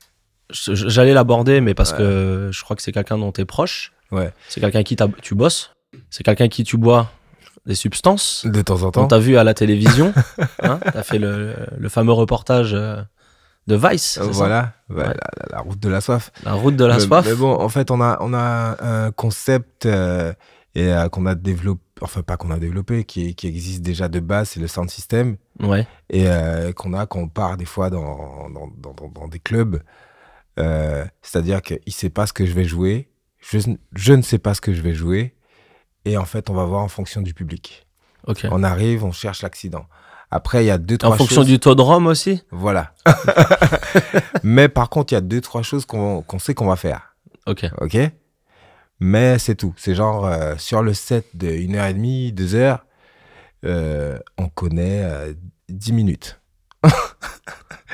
A: Je- je- J'allais l'aborder, mais parce
B: Ouais.
A: que je crois que c'est quelqu'un dont tu es proche.
B: Ouais.
A: C'est quelqu'un qui t'as- tu bosses. C'est quelqu'un qui tu bois des substances.
B: De temps en
A: On
B: temps.
A: t'a vu à la télévision. hein, t'as fait le, le fameux reportage euh, de Vice.
B: Euh,
A: c'est ça
B: Voilà, Voilà,
A: Ouais.
B: la- la route de la soif.
A: La route de la
B: mais,
A: soif.
B: mais bon, en fait, on a, on a un concept euh, et euh, qu'on a développé, enfin pas qu'on a développé, qui, qui existe déjà de base, c'est le sound system
A: Ouais.
B: et euh, qu'on a quand on part des fois dans, dans, dans- dans- dans des clubs. Euh, C'est-à-dire qu'il ne sait pas ce que je vais jouer, je, je ne sais pas ce que je vais jouer, et en fait, on va voir en fonction du public.
A: Ok.
B: On arrive, on cherche l'accident. Après, il y a deux,
A: En
B: trois
A: fonction
B: choses.
A: du taux de rhum aussi.
B: Voilà. Mais par contre, il y a deux, trois choses qu'on qu'on sait qu'on va faire.
A: Ok.
B: Ok Mais c'est tout. C'est genre euh, sur le set de 1h30, 2h, euh, on connaît euh, 10 minutes.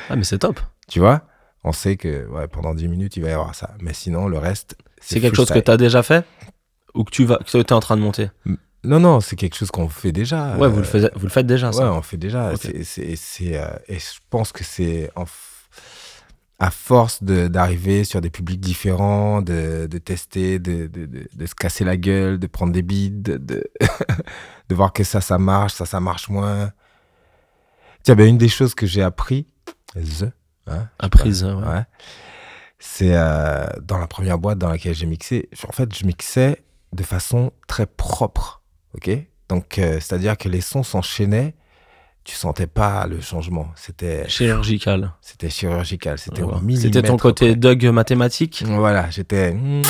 A: Ah, mais c'est top.
B: Tu vois On sait que ouais, pendant 10 minutes, il va y avoir ça. Mais sinon, le reste,
A: C'est quelque chose que
B: freestyle.
A: tu as déjà fait ou que tu vas, que es en train de monter.
B: Non, non, c'est quelque chose qu'on fait déjà.
A: ouais,
B: Euh,
A: vous le, faisiez- vous le faites déjà,
B: Ouais,
A: ça.
B: on fait déjà.
A: Ok.
B: C'est- c'est- c'est, euh, et je pense que c'est en f- à force de- d'arriver sur des publics différents, de, de tester, de, de- de- de se casser la gueule, de prendre des bides, de, de- de voir que ça, ça marche, ça, ça marche moins. Tiens, ben, une des choses que j'ai appris, the, hein,
A: À prise. ouais.
B: Ouais. C'est euh, dans la première boîte dans laquelle j'ai mixé. je- En fait, je mixais de façon très propre. Ok. Donc, euh, c'est-à-dire que les sons s'enchaînaient. Tu sentais pas le changement. C'était,
A: Chirurgical.
B: c'était chirurgical. C'était au
A: Voilà.
B: millimètre.
A: C'était ton côté Doug mathématique.
B: près. Voilà. J'étais. mm,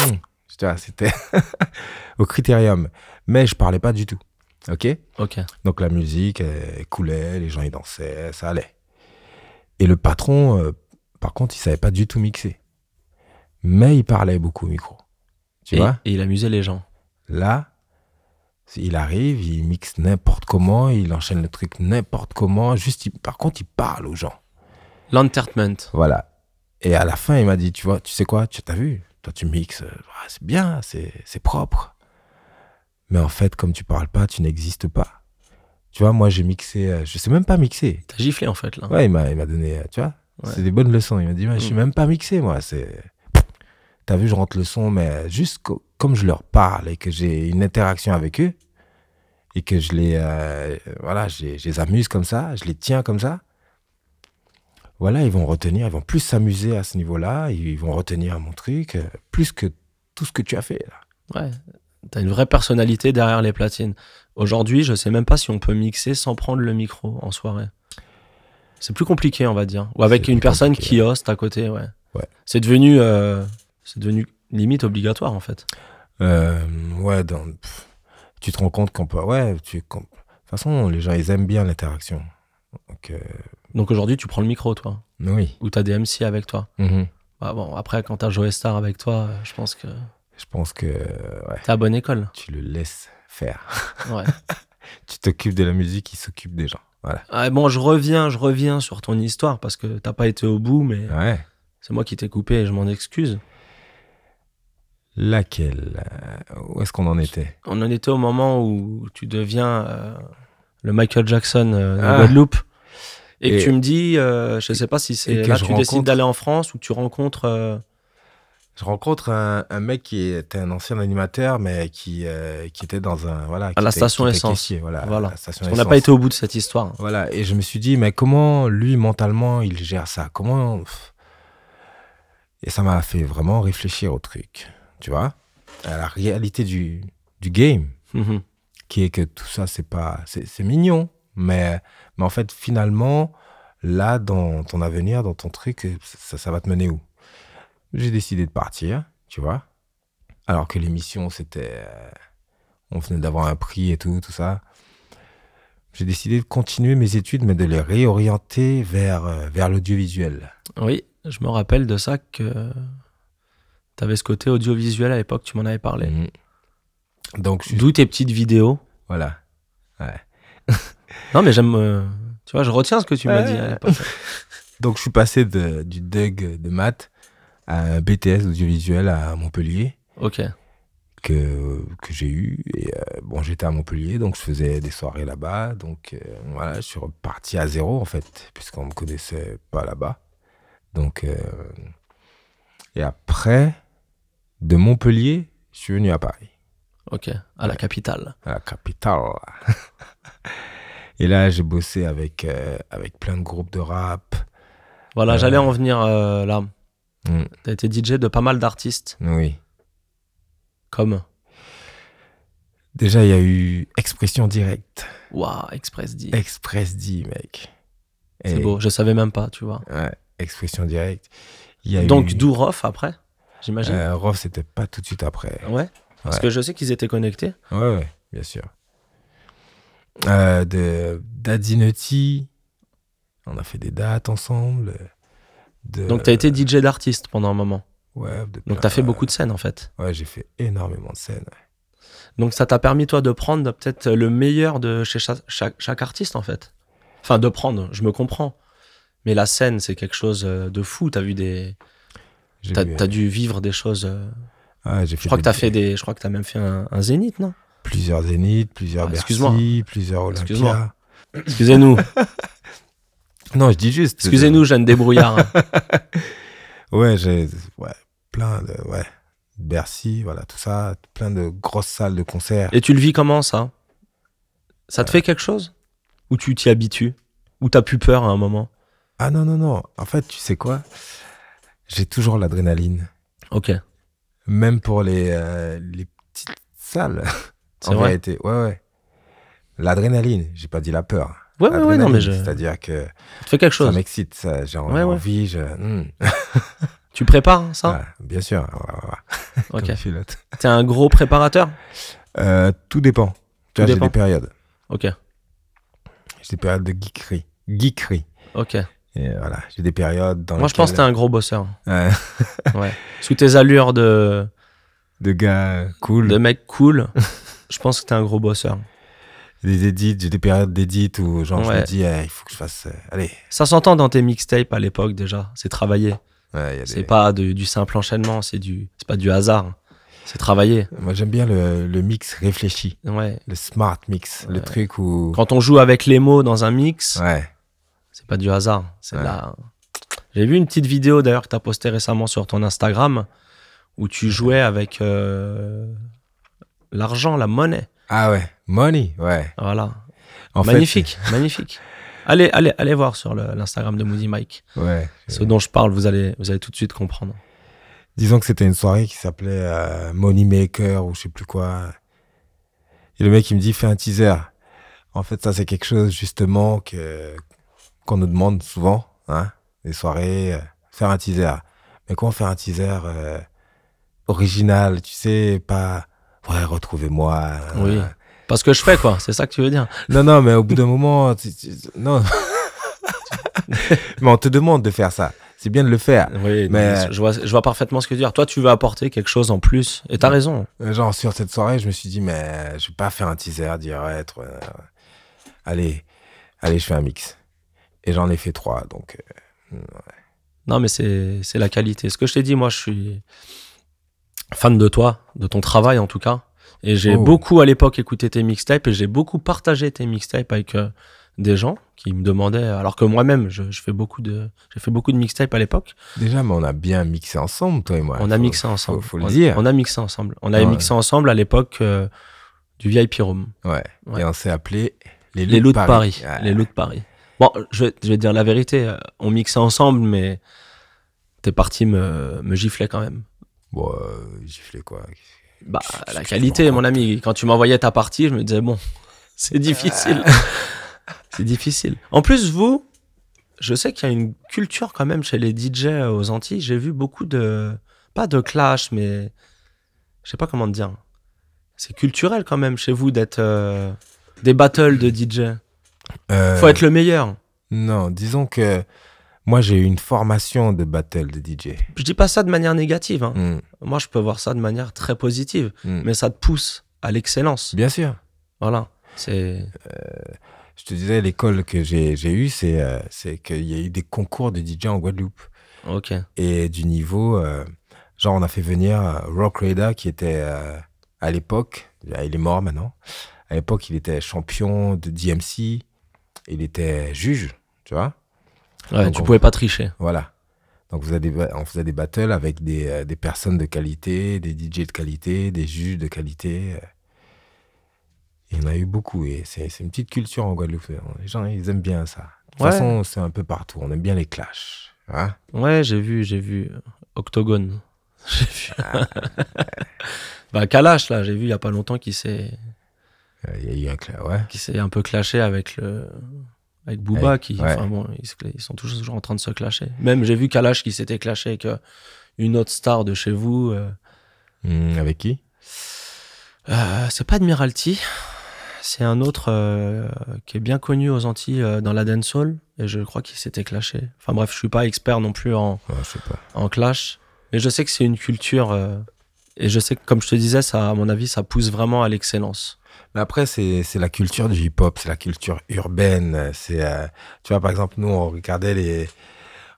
B: tu vois, c'était au critérium. Mais je parlais pas du tout. Ok.
A: Ok.
B: Donc la musique elle coulait, les gens ils dansaient, ça allait. Et le patron, euh, par contre, il savait pas du tout mixer. Mais il parlait beaucoup au micro. Tu
A: et,
B: vois
A: et il amusait les gens.
B: Là, il arrive, il mixe n'importe comment, il enchaîne le truc n'importe comment. Juste, il- par contre, il parle aux gens.
A: L'entertainment.
B: Voilà. Et à la fin, il m'a dit, tu vois, tu sais quoi, tu t'as vu, toi tu mixes, euh, ah, c'est bien, c'est c'est propre. Mais en fait, comme tu parles pas, tu n'existes pas. Tu vois, moi j'ai mixé, euh, je sais même pas mixer.
A: T'as giflé en fait là.
B: Ouais, il m'a il m'a donné, euh, tu vois,
A: Ouais.
B: c'est des bonnes leçons. Il m'a dit, Ouais, je suis
A: Mm.
B: même pas mixé, moi. C'est, t'as vu, je rentre le son, mais juste co- comme je leur parle et que j'ai une interaction avec eux et que je les, euh, voilà, je les, je les amuse comme ça, je les tiens comme ça. Voilà, ils vont retenir, ils vont plus s'amuser à ce niveau-là, ils vont retenir mon truc euh, plus que tout ce que tu as fait. là.
A: Ouais. T'as une vraie personnalité derrière les platines. Aujourd'hui, je sais même pas si on peut mixer sans prendre le micro en soirée. C'est plus compliqué, on va dire. Ou avec
B: C'est
A: une
B: plus
A: personne
B: compliqué,
A: qui hoste à côté, ouais.
B: Ouais.
A: C'est devenu, euh, c'est devenu limite obligatoire en fait.
B: Euh, ouais, dans, pff, tu te rends compte qu'on peut. Ouais, tu. qu'on- De toute façon, les gens, ils aiment bien l'interaction. Donc, euh,
A: Donc aujourd'hui, tu prends le micro, toi,
B: oui.
A: ou t'as des MC avec toi.
B: Mhm.
A: Bah bon, après, quand t'as Joe Star avec toi, euh, je pense que
B: Je pense que euh, ouais,
A: t'es à bonne école.
B: tu le laisses faire.
A: Ouais.
B: Tu t'occupes de la musique, il s'occupe des gens. Voilà.
A: Ah, bon, je reviens, je reviens sur ton histoire parce que t'as pas été au bout, mais
B: Ouais.
A: c'est moi qui t'ai coupé et je m'en excuse.
B: Laquelle euh, Où est-ce qu'on en était
A: On en était au moment où tu deviens euh, le Michael Jackson euh, de
B: Ah.
A: Guadeloupe. Et, que
B: Et-
A: tu me dis, euh, je sais pas si
B: et
A: c'est
B: que
A: là
B: je
A: tu décides
B: rencontre-
A: d'aller en France ou tu rencontres. euh,
B: Je rencontre un, un mec qui était un ancien animateur, mais qui, euh, qui était dans un. Voilà, qui
A: la
B: était-
A: station
B: qui était
A: essence.
B: caissier, voilà,
A: Voilà.
B: à la station
A: parce qu'on n'a
B: essence.
A: pas été au bout de cette histoire.
B: Voilà, et je me suis dit, mais comment lui, mentalement, il gère ça Comment. pff. Et ça m'a fait vraiment réfléchir au truc, tu vois À la réalité du, du game,
A: Mhm.
B: qui est que tout ça, c'est pas. C'est c'est mignon, mais, mais en fait, finalement, là, dans ton avenir, dans ton truc, ça, ça va te mener où J'ai décidé de partir, tu vois Alors que l'émission, c'était. euh, on venait d'avoir un prix et tout, tout ça j'ai décidé de continuer mes études, mais de les réorienter vers, euh, vers l'audiovisuel.
A: Oui, je me rappelle de ça que t'avais ce côté audiovisuel à l'époque, tu m'en avais parlé.
B: Mhm. Donc, je-
A: D'où tes petites vidéos.
B: voilà.
A: Non, mais j'aime. euh, tu vois, je retiens ce que tu m'as
B: Ouais.
A: dit à l'époque.
B: Donc, je suis passé de- du DUG de maths à un BTS audiovisuel à Montpellier,
A: Ok.
B: que, que j'ai eu. Et euh, bon, j'étais à Montpellier, donc je faisais des soirées là-bas. Donc, euh, voilà, je suis reparti à zéro, en fait, puisqu'on me connaissait pas là-bas. Donc, euh, et après, de Montpellier, je suis venu à Paris.
A: Ok, à la capitale.
B: à la capitale. Et là, j'ai bossé avec, euh, avec plein de groupes de rap.
A: Voilà,
B: Euh.
A: j'allais en venir euh, là.
B: Mm.
A: T'as été DJ de pas mal d'artistes,
B: Oui.
A: comme
B: Déjà, il y a eu Expression Directe,
A: Waouh, Express D.
B: Express D, mec.
A: C'est
B: Et-
A: beau, je savais même pas, tu vois.
B: Ouais, Expression Directe. Il y a
A: Donc,
B: eu-
A: d'où Rof après, j'imagine.
B: euh, Rof, c'était pas tout de suite après.
A: ouais. Parce
B: ouais. Euh,
A: que je sais qu'ils étaient connectés.
B: Ouais, ouais, bien sûr. Euh, de Daddy Nutty. On a fait des dates ensemble. De...
A: Donc, t'as été DJ d'artiste pendant un moment.
B: Ouais, de
A: Donc,
B: plein-
A: t'as fait beaucoup de scènes en fait.
B: Ouais, j'ai fait énormément de scènes.
A: Donc, ça t'a permis, toi, de prendre peut-être le meilleur de chez cha- chaque, chaque artiste en fait. Enfin, de prendre, je me comprends. Mais la scène, c'est quelque chose euh, de fou. T'as vu des.
B: J'ai
A: T'as
B: vu-
A: t'as dû vivre des choses. euh,
B: Ah, j'ai fait
A: Je crois
B: des-
A: que t'as fait des. Je crois que t'as même fait un, un zénith, non
B: plusieurs Zénith, plusieurs
A: Ah, excuse-moi.
B: Bercy, plusieurs Olympia.
A: Excuse-moi. Excusez-nous,
B: Non, je dis juste.
A: excusez-nous, jeune débrouillard. hein.
B: Ouais, j'ai ouais, plein de ouais, Bercy, voilà, tout ça, plein de grosses salles de concert.
A: Et tu le vis comment ça Ça te
B: Euh.
A: fait quelque chose Ou tu t'y habitues Ou t'as plus peur à un moment
B: Ah non non non, en fait, tu sais quoi J'ai toujours l'adrénaline,
A: Ok,
B: même pour les euh, les petites salles.
A: c'est
B: En
A: vrai.
B: vérité, ouais ouais. L'adrénaline, j'ai pas dit la peur.
A: Ouais, ouais, ouais, non, mais je...
B: L'adrénaline, C'est-à-dire que
A: ça te fait quelque
B: ça
A: chose.
B: m'excite, ça, j'ai
A: Ouais, ouais.
B: envie, je. hmm,
A: Tu prépares hein, ça
B: ah, bien sûr, ouais, ouais, ouais,
A: Ok.
B: comme Philote.
A: T'es un gros préparateur
B: Euh, tout dépend. Tu vois, j'ai
A: dépend.
B: des périodes.
A: Ok,
B: J'ai des périodes de geekerie. Geekerie.
A: ok.
B: Et voilà, j'ai des périodes dans
A: Moi, je pense que t'es
B: lesquelles- euh,
A: un gros bosseur.
B: Ouais,
A: Ouais. Sous tes allures de,
B: de gars cool.
A: de mec cool, je pense que t'es un gros bosseur.
B: Des édits, j'ai des périodes d'édits où genre je
A: Ouais.
B: me dis eh, il faut que je fasse. euh, allez.
A: Ça s'entend dans tes mixtapes à l'époque déjà. C'est travaillé.
B: Ouais, il y a
A: C'est
B: des-
A: pas de- du simple enchaînement, c'est du, c'est pas du hasard. C'est travaillé.
B: Moi j'aime bien le, le mix réfléchi,
A: Ouais.
B: le smart mix,
A: Ouais.
B: le truc où.
A: Quand on joue avec les mots dans un mix,
B: Ouais.
A: c'est pas du hasard. C'est de
B: Ouais.
A: la- J'ai vu une petite vidéo d'ailleurs que t'as postée récemment sur ton Instagram où tu jouais avec euh, l'argent, la monnaie.
B: Ah ouais. Money, ouais.
A: Voilà.
B: En fait,
A: magnifique, magnifique. Allez, allez, allez voir sur le- l'Instagram de Moody Mike.
B: ouais.
A: Ce dont je parle, vous allez, vous allez tout de suite comprendre.
B: Disons que c'était une soirée qui s'appelait euh, Money Maker ou je sais plus quoi. Et le mec, il me dit, fais un teaser. En fait, ça, c'est quelque chose, justement, que, qu'on nous demande souvent, hein, des soirées, euh, faire un teaser. Mais comment faire un teaser euh, original, tu sais, pas, ouais, retrouvez-moi. euh,
A: Oui. Parce que je fais, quoi. C'est ça que tu veux dire.
B: non, non, mais au bout d'un moment, tu- tu- non. mais on te demande de faire ça. C'est bien de le faire.
A: Oui,
B: mais-
A: je, vois, je vois parfaitement ce que tu veux dire. Toi, tu veux apporter quelque chose en plus. Et t'as raison.
B: Euh, Genre, sur cette soirée, je me suis dit, mais je vais pas faire un teaser, dire, ouais, trop- euh, allez, allez, je fais un mix. Et j'en ai fait trois, donc. euh,
A: Non, mais c'est c'est la qualité. Ce que je t'ai dit, moi, je suis fan de toi, de ton travail en tout cas. Et j'ai
B: Oh.
A: beaucoup à l'époque écouté tes mixtapes et j'ai beaucoup partagé tes mixtapes avec euh, des gens qui me demandaient, alors que moi-même, je, je fais beaucoup de, j'ai fait beaucoup de mixtapes à l'époque.
B: Déjà, mais on a bien mixé ensemble, toi et moi.
A: on a
B: Faut-
A: mixé ensemble.
B: faut le
A: on,
B: dire.
A: On a mixé ensemble. On avait
B: Ouais.
A: mixé ensemble à l'époque euh, du VIP Room.
B: Ouais.
A: Ouais.
B: Et on s'est appelé les
A: Les loups de Paris.
B: Ouais.
A: Les loups de Paris. Bon, je, vais- je vais te dire la vérité, euh, on mixait ensemble, mais t'es parti me, me gifler quand même.
B: Bon, euh, giflé quoi.
A: Bah, la
B: tu
A: qualité,
B: t'en
A: mon ami. Quand tu m'envoyais ta partie, je me disais, bon, c'est difficile. c'est difficile. En plus, vous, je sais qu'il y a une culture quand même chez les DJ aux Antilles. J'ai vu beaucoup de. Pas de clash, mais. Je sais pas comment te dire. C'est culturel quand même chez vous d'être. euh, des battles de DJ.
B: Euh,
A: Faut être le meilleur.
B: Non, disons que moi, j'ai eu une formation de battle de DJ.
A: Je dis pas ça de manière négative. hein.
B: Mm,
A: Moi, je peux voir ça de manière très positive.
B: mm.
A: Mais ça te pousse à l'excellence.
B: Bien sûr.
A: Voilà. C'est.
B: Je te disais, l'école que j'ai j'ai eue, c'est euh, c'est qu'il y a eu des concours de DJ en Guadeloupe.
A: Ok.
B: Et du niveau, euh, genre, on a fait venir euh, Rock Reda, qui était euh, à l'époque, là, il est mort maintenant. À l'époque, il était champion de DMC, il était juge, tu vois.
A: Ouais,
B: Donc,
A: tu
B: on-
A: pouvais pas tricher.
B: Voilà. Donc, vous avez des, ba- on faisait des battles avec des, euh, des personnes de qualité, des DJ de qualité, des juges de qualité. euh. Il y en a eu beaucoup. Et c'est c'est une petite culture en Guadeloupe. Les gens, ils aiment bien ça. De toute
A: Ouais.
B: façon, c'est un peu partout. On aime bien les clashs. hein.
A: Ouais, j'ai vu, j'ai vu Octogone. J'ai vu.
B: Ah.
A: bah Kalash là, j'ai vu il y a pas longtemps qui s'est
B: Euh, Il y a eu un clash, ouais.
A: qui s'est un peu clashé avec le avec Booba
B: Avec-
A: qui
B: ouais.
A: enfin bon, ils, se cla- ils sont tous- toujours en train de se clasher. Même j'ai vu Kalash qui s'était clashé avec euh, une autre star de chez vous. euh.
B: Hum, avec qui
A: Euh, c'est pas Admiralty, c'est un autre euh, qui est bien connu aux Antilles euh, dans la dancehall et je crois qu'il s'était clashé. Enfin bref, je suis pas expert non plus en
B: Ouais, Je sais pas.
A: en clash. Mais je sais que c'est une culture. euh, et je sais que, comme je te disais, ça, à mon avis, ça pousse vraiment à l'excellence.
B: Mais après, c'est c'est la culture du hip-hop, c'est la culture urbaine. C'est, euh, tu vois, par exemple, nous, on regardait les.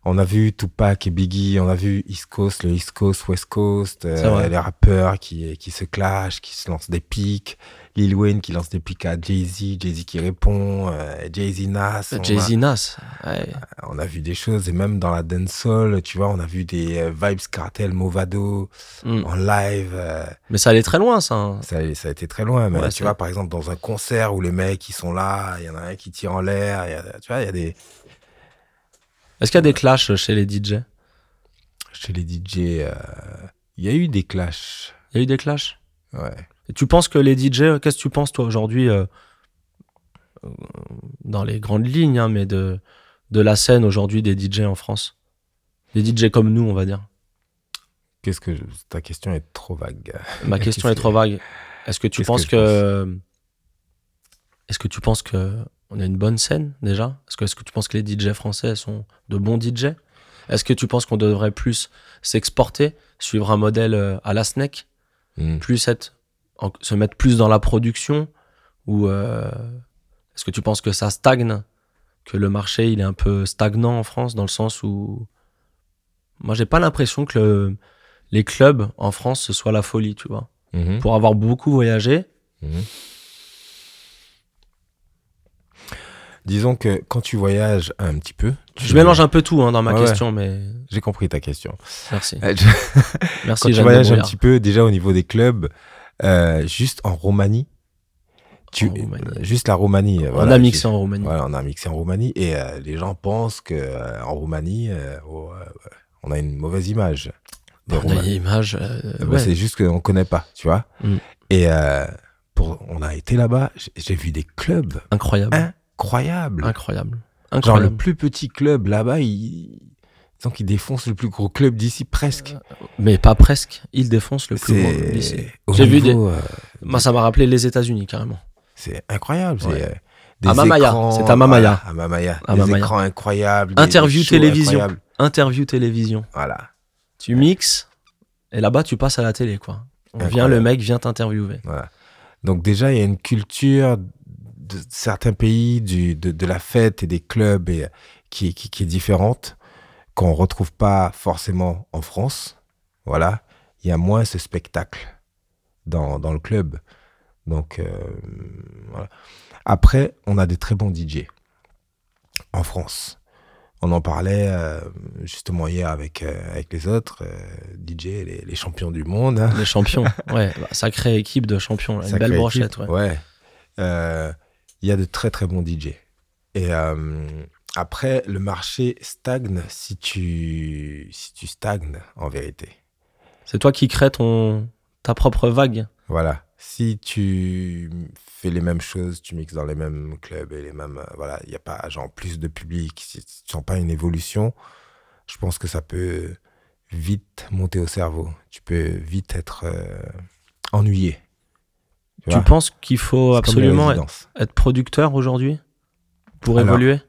B: On a vu Tupac et Biggie, on a vu East Coast, le East Coast, West Coast, euh,
A: C'est vrai.
B: les rappeurs qui, qui se clashent, qui se lancent des pics, Lil Wayne qui lance des pics à Jay-Z, Jay-Z qui répond, euh, Jay-Z Nas. on a-
A: Jay-Z Nas. ouais.
B: On a vu des choses, et même dans la dancehall, tu vois, on a vu des euh, Vibes Cartel, Movado,
A: Mm.
B: en live. euh,
A: Mais ça allait très loin, ça. hein.
B: ça, a- ça a été très loin, mais
A: Ouais, c'est-
B: tu vois, par exemple, dans un concert où les mecs, ils sont là, il y en a un qui tire en l'air, il y a- tu vois, il y a des...
A: Est-ce qu'il y a des clashs chez les DJ
B: Chez les DJ, euh, il y a eu des clashs.
A: Il y a eu des clashs
B: Ouais.
A: Et tu penses que les DJ, euh, qu'est-ce que tu penses, toi, aujourd'hui, euh, euh, dans les grandes lignes, hein, mais de, de la scène aujourd'hui des DJ en France Des DJ comme nous, on va dire.
B: Qu'est-ce que... je- Ta question est trop vague.
A: Ma question est trop vague. Est-ce que tu
B: Qu'est-ce
A: penses
B: que
A: que,
B: je
A: est-ce que tu penses que on a une bonne scène déjà Est-ce que est-ce que tu penses que les DJ français sont de bons DJ Est-ce que tu penses qu'on devrait plus s'exporter, suivre un modèle euh, à la snack,
B: Hmm.
A: plus être en- se mettre plus dans la production ou euh, est-ce que tu penses que ça stagne que le marché il est un peu stagnant en France dans le sens où moi j'ai pas l'impression que le- les clubs en France ce soit la folie, tu vois
B: Mhm.
A: pour avoir beaucoup voyagé.
B: Mhm. Disons que quand tu voyages un petit peu... tu-
A: Je mélange un peu tout hein, dans ma
B: Ouais,
A: question, mais
B: J'ai compris ta question.
A: merci.
B: Euh, je-
A: Merci,
B: quand tu
A: Jeanne
B: voyages un
A: Debrouillard.
B: petit peu, déjà au niveau des clubs, euh, juste en Roumanie, tu,
A: En Roumanie.
B: juste la Roumanie.
A: On a mixé en Roumanie.
B: Voilà, on a mixé en Roumanie et euh, les gens pensent que euh, en Roumanie, euh, oh, euh, on a une mauvaise image. des
A: On a
B: Roumains.
A: des images. euh,
B: Euh,
A: Ah,
B: bah,
A: ouais.
B: C'est juste qu'on connaît pas, tu vois.
A: Mm.
B: Et euh, Pour, on a été là-bas, j'ai- j'ai vu des clubs
A: Incroyable.
B: incroyables.
A: Incroyable.
B: Genre
A: Incroyable.
B: le plus petit club là-bas, il... disons qu'il défonce le plus gros club d'ici presque.
A: Mais pas presque. Il défonce Euh, le plus gros
B: C'est-
A: club d'ici.
B: au
A: J'ai vu
B: niveau, euh,
A: Moi, ça m'a rappelé les États-Unis carrément.
B: C'est incroyable.
A: Ouais.
B: C'est euh,
A: À Mamaya,
B: écrans-
A: c'est à Mamaya.
B: Voilà, à Mamaya.
A: À
B: des
A: Mamaya.
B: écrans incroyables. des-
A: Interview
B: des shows
A: télévision.
B: incroyables.
A: Interview télévision.
B: Voilà.
A: Tu mixes et là-bas tu passes à la télé quoi. On vient
B: Incroyable.
A: le mec vient t'interviewer.
B: Donc déjà, il y a une culture de certains pays du, de, de la fête et des clubs et, qui, qui, qui est différente, qu'on ne retrouve pas forcément en France. Voilà, il y a moins ce spectacle dans, dans le club. Donc euh, voilà. Après, on a des très bons DJ en France. On en parlait euh, justement hier avec, euh, avec les autres, euh, DJ, les, les champions du monde. hein.
A: Les champions. ouais. bah, sacrée équipe de champions. là, Une
B: Sacrée
A: belle
B: équipe,
A: brochette. Ouais.
B: Euh, il y a de très très bons DJ. Et euh, après, le marché stagne si tu, si tu stagnes en vérité.
A: C'est toi qui crée ton ta propre vague.
B: Voilà. Si tu fais les mêmes choses, tu mixes dans les mêmes clubs et les mêmes. euh, Voilà, il n'y a pas genre plus de public, si tu sens pas une évolution, je pense que ça peut vite monter au cerveau. Tu peux vite être euh, ennuyé. Tu
A: Tu
B: vois
A: penses qu'il faut
B: C'est comme les
A: Oh, absolument
B: résidences.
A: être producteur aujourd'hui pour
B: Alors.
A: évoluer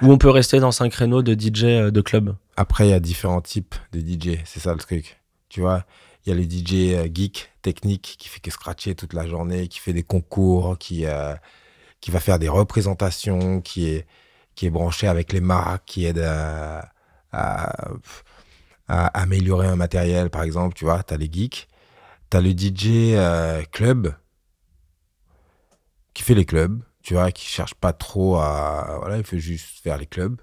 A: Ou on peut rester dans un créneau de DJ euh, de club
B: Après, il y a différents types de DJ, c'est ça le truc. Tu vois, il y a le DJ euh, geek, technique, qui fait que scratcher toute la journée, qui fait des concours, qui, euh, qui va faire des représentations, qui est, qui est branché avec les marques, qui aide à, à- à améliorer un matériel, par exemple. Tu vois, tu as les geeks. Tu as le DJ euh, club, qui fait les clubs, tu vois, qui cherche pas trop à. Voilà, il fait juste faire les clubs.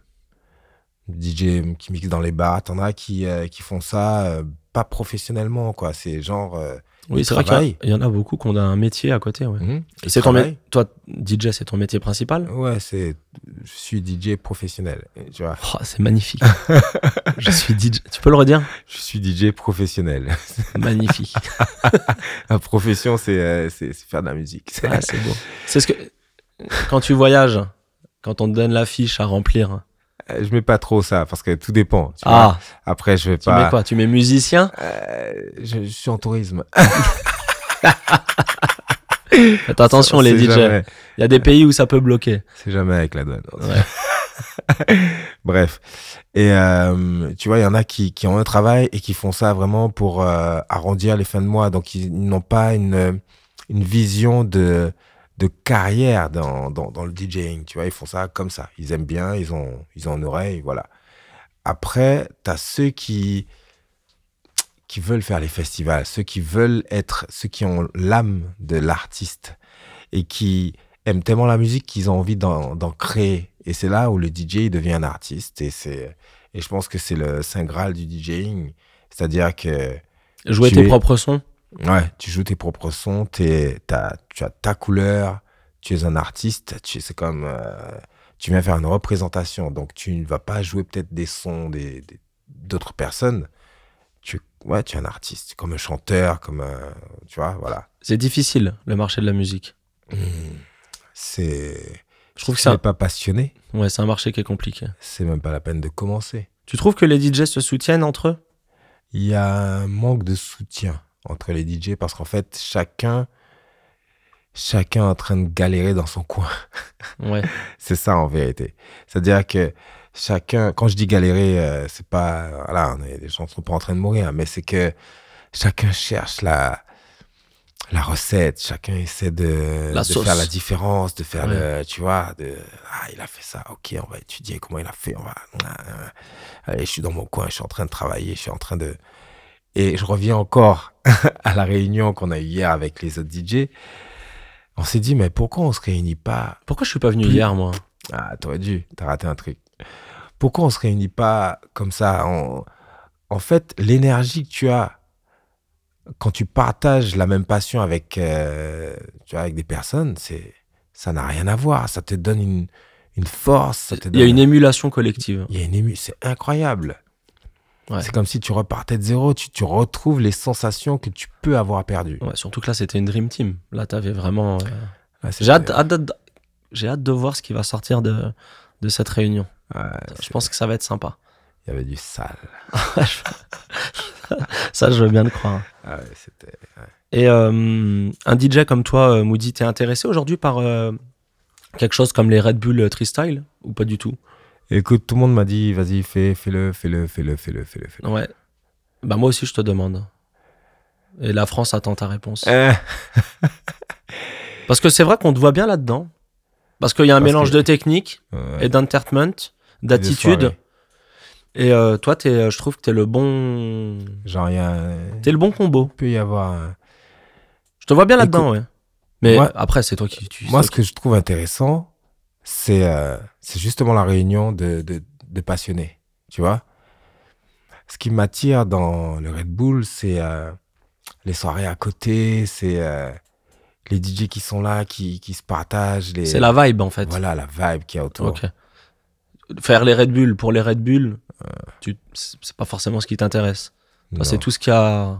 B: DJ qui mixe dans les bars, t'en as qui, euh, qui font ça euh, pas professionnellement, quoi. C'est genre. euh,
A: Oui,
B: Ils
A: c'est vrai qu'il y a-
B: travaillent.
A: il y en a beaucoup qu'on a un métier à côté. ouais.
B: ils
A: Mhm. C'est ton mé-
B: travaillent.
A: Toi, DJ, c'est ton métier principal
B: Ouais, c'est. Je suis DJ professionnel, tu vois.
A: Oh, C'est magnifique. Je suis DJ. Tu peux le redire
B: Je suis DJ professionnel.
A: Magnifique.
B: La profession, c'est euh, c'est- c'est faire de la musique.
A: Ah, c'est beau. C'est ce que. Quand tu voyages, quand on te donne la fiche à remplir.
B: Euh, je mets pas trop ça parce que tout dépend. tu vois.
A: ah,
B: Après, je vais
A: tu mets
B: pas.
A: quoi Tu mets musicien
B: Euh, je, je suis en tourisme.
A: Faites attention,
B: On
A: les
B: sait
A: DJ.
B: jamais.
A: Il y a des pays où ça peut bloquer.
B: C'est jamais avec la douane.
A: Ouais.
B: Bref. Et euh, tu vois, il y en a qui, qui ont un travail et qui font ça vraiment pour euh, arrondir les fins de mois. Donc, ils n'ont pas une, une vision de, de carrière dans, dans, dans le DJing. Tu vois, ils font ça comme ça. Ils aiment bien, ils ont, ils ont une oreille, voilà. Après, tu as ceux qui, qui veulent faire les festivals, ceux qui veulent être, ceux qui ont l'âme de l'artiste et qui aiment tellement la musique qu'ils ont envie d'en d'en créer. Et c'est là où le DJ il devient un artiste. Et, c'est- et je pense que c'est le saint graal du DJing. C'est-à-dire que
A: Jouer
B: Tu
A: tes
B: es-
A: propres sons.
B: ouais, tu joues tes propres sons, t'es- t'as- tu as ta couleur, tu es un artiste. tu- C'est comme. euh, tu viens faire une représentation. Donc tu ne vas pas jouer peut-être des sons des- des- d'autres personnes. Tu, ouais, tu es un artiste, comme un chanteur, comme un. Tu vois, voilà.
A: C'est difficile, le marché de la musique.
B: C'est.
A: Mmh. Je trouve que
B: si
A: c'est
B: tu n'es
A: un...
B: pas passionné,
A: Ouais, c'est un marché qui est compliqué.
B: c'est même pas la peine de commencer.
A: Tu trouves que les DJ se soutiennent entre eux
B: il y a un manque de soutien entre les DJ parce qu'en fait, chacun, chacun est en train de galérer dans son coin.
A: Ouais.
B: C'est ça en vérité. C'est-à-dire que chacun, quand je dis galérer, euh, c'est pas, voilà, on est- les gens sont pas en train de mourir, hein, mais c'est que chacun cherche la, la recette, chacun essaie de,
A: La
B: de
A: sauce.
B: faire la différence, de faire le, tu vois, de, ah, il a fait ça, ok, on va étudier comment il a fait, on va, ah, allez, je suis dans mon coin, je suis en train de travailler, je suis en train de, et je reviens encore à la réunion qu'on a eue hier avec les autres DJ. On s'est dit, mais pourquoi on se réunit pas
A: Pourquoi je suis pas venu
B: Plus-
A: hier, moi
B: ah, t'aurais dû, t'as raté un truc. Pourquoi on se réunit pas comme ça en, en fait, l'énergie que tu as quand tu partages la même passion avec, euh, tu vois, avec des personnes, c'est ça n'a rien à voir. Ça te donne une, une force. ça te
A: Il y a
B: donne-
A: une émulation collective.
B: il y a une ému, c'est incroyable.
A: Ouais.
B: C'est comme si tu repartais de zéro, tu, tu retrouves les sensations que tu peux avoir perdues.
A: Ouais, surtout que là, c'était une Dream Team. Là, t'avais vraiment. euh,
B: Ah, c'est-
A: J'ai hâte, hâte de- j'ai hâte de voir ce qui va sortir de, de cette réunion.
B: Ouais,
A: Je
B: c'est-
A: pense que ça va être sympa.
B: Il y avait du sale.
A: Ça, je veux bien le croire.
B: Ah ouais, c'était-
A: Et euh, un DJ comme toi, euh, Moody, t'es intéressé aujourd'hui par euh, quelque chose comme les Red Bull euh, Freestyle ou pas du tout
B: Écoute, tout le monde m'a dit, vas-y, fais, fais-le, fais-le, fais-le, fais-le, fais-le. fais-le.
A: Ouais. Bah moi aussi, je te demande. Et la France attend ta réponse.
B: Euh,
A: Parce que c'est vrai qu'on te voit bien là-dedans. Parce qu'il y a un
B: Parce
A: mélange
B: que-
A: de technique
B: ouais.
A: et d'entertainment, d'attitude. Et euh, toi, t'es, euh, je trouve que t'es le bon,
B: Genre, il y a un-
A: t'es le bon combo.
B: il peut y avoir. un-
A: Je te vois bien là-dedans, ouais. Mais
B: moi-
A: après, c'est toi qui. Tu,
B: Moi, ce
A: c'est toi
B: que je trouve intéressant, c'est euh, c'est justement la réunion de, de, de passionnés. Tu vois Ce qui m'attire dans le Red Bull, c'est euh, les soirées à côté, c'est euh, les DJ qui sont là, qui, qui se partagent. Les...
A: qui- c'est la vibe en fait.
B: Voilà la vibe qu'il y a autour.
A: Ok. Faire les Red Bull pour les Red Bull, tu, c'est c'est pas forcément ce qui t'intéresse. Toi,
B: Non.
A: C'est tout ce qu'il y a.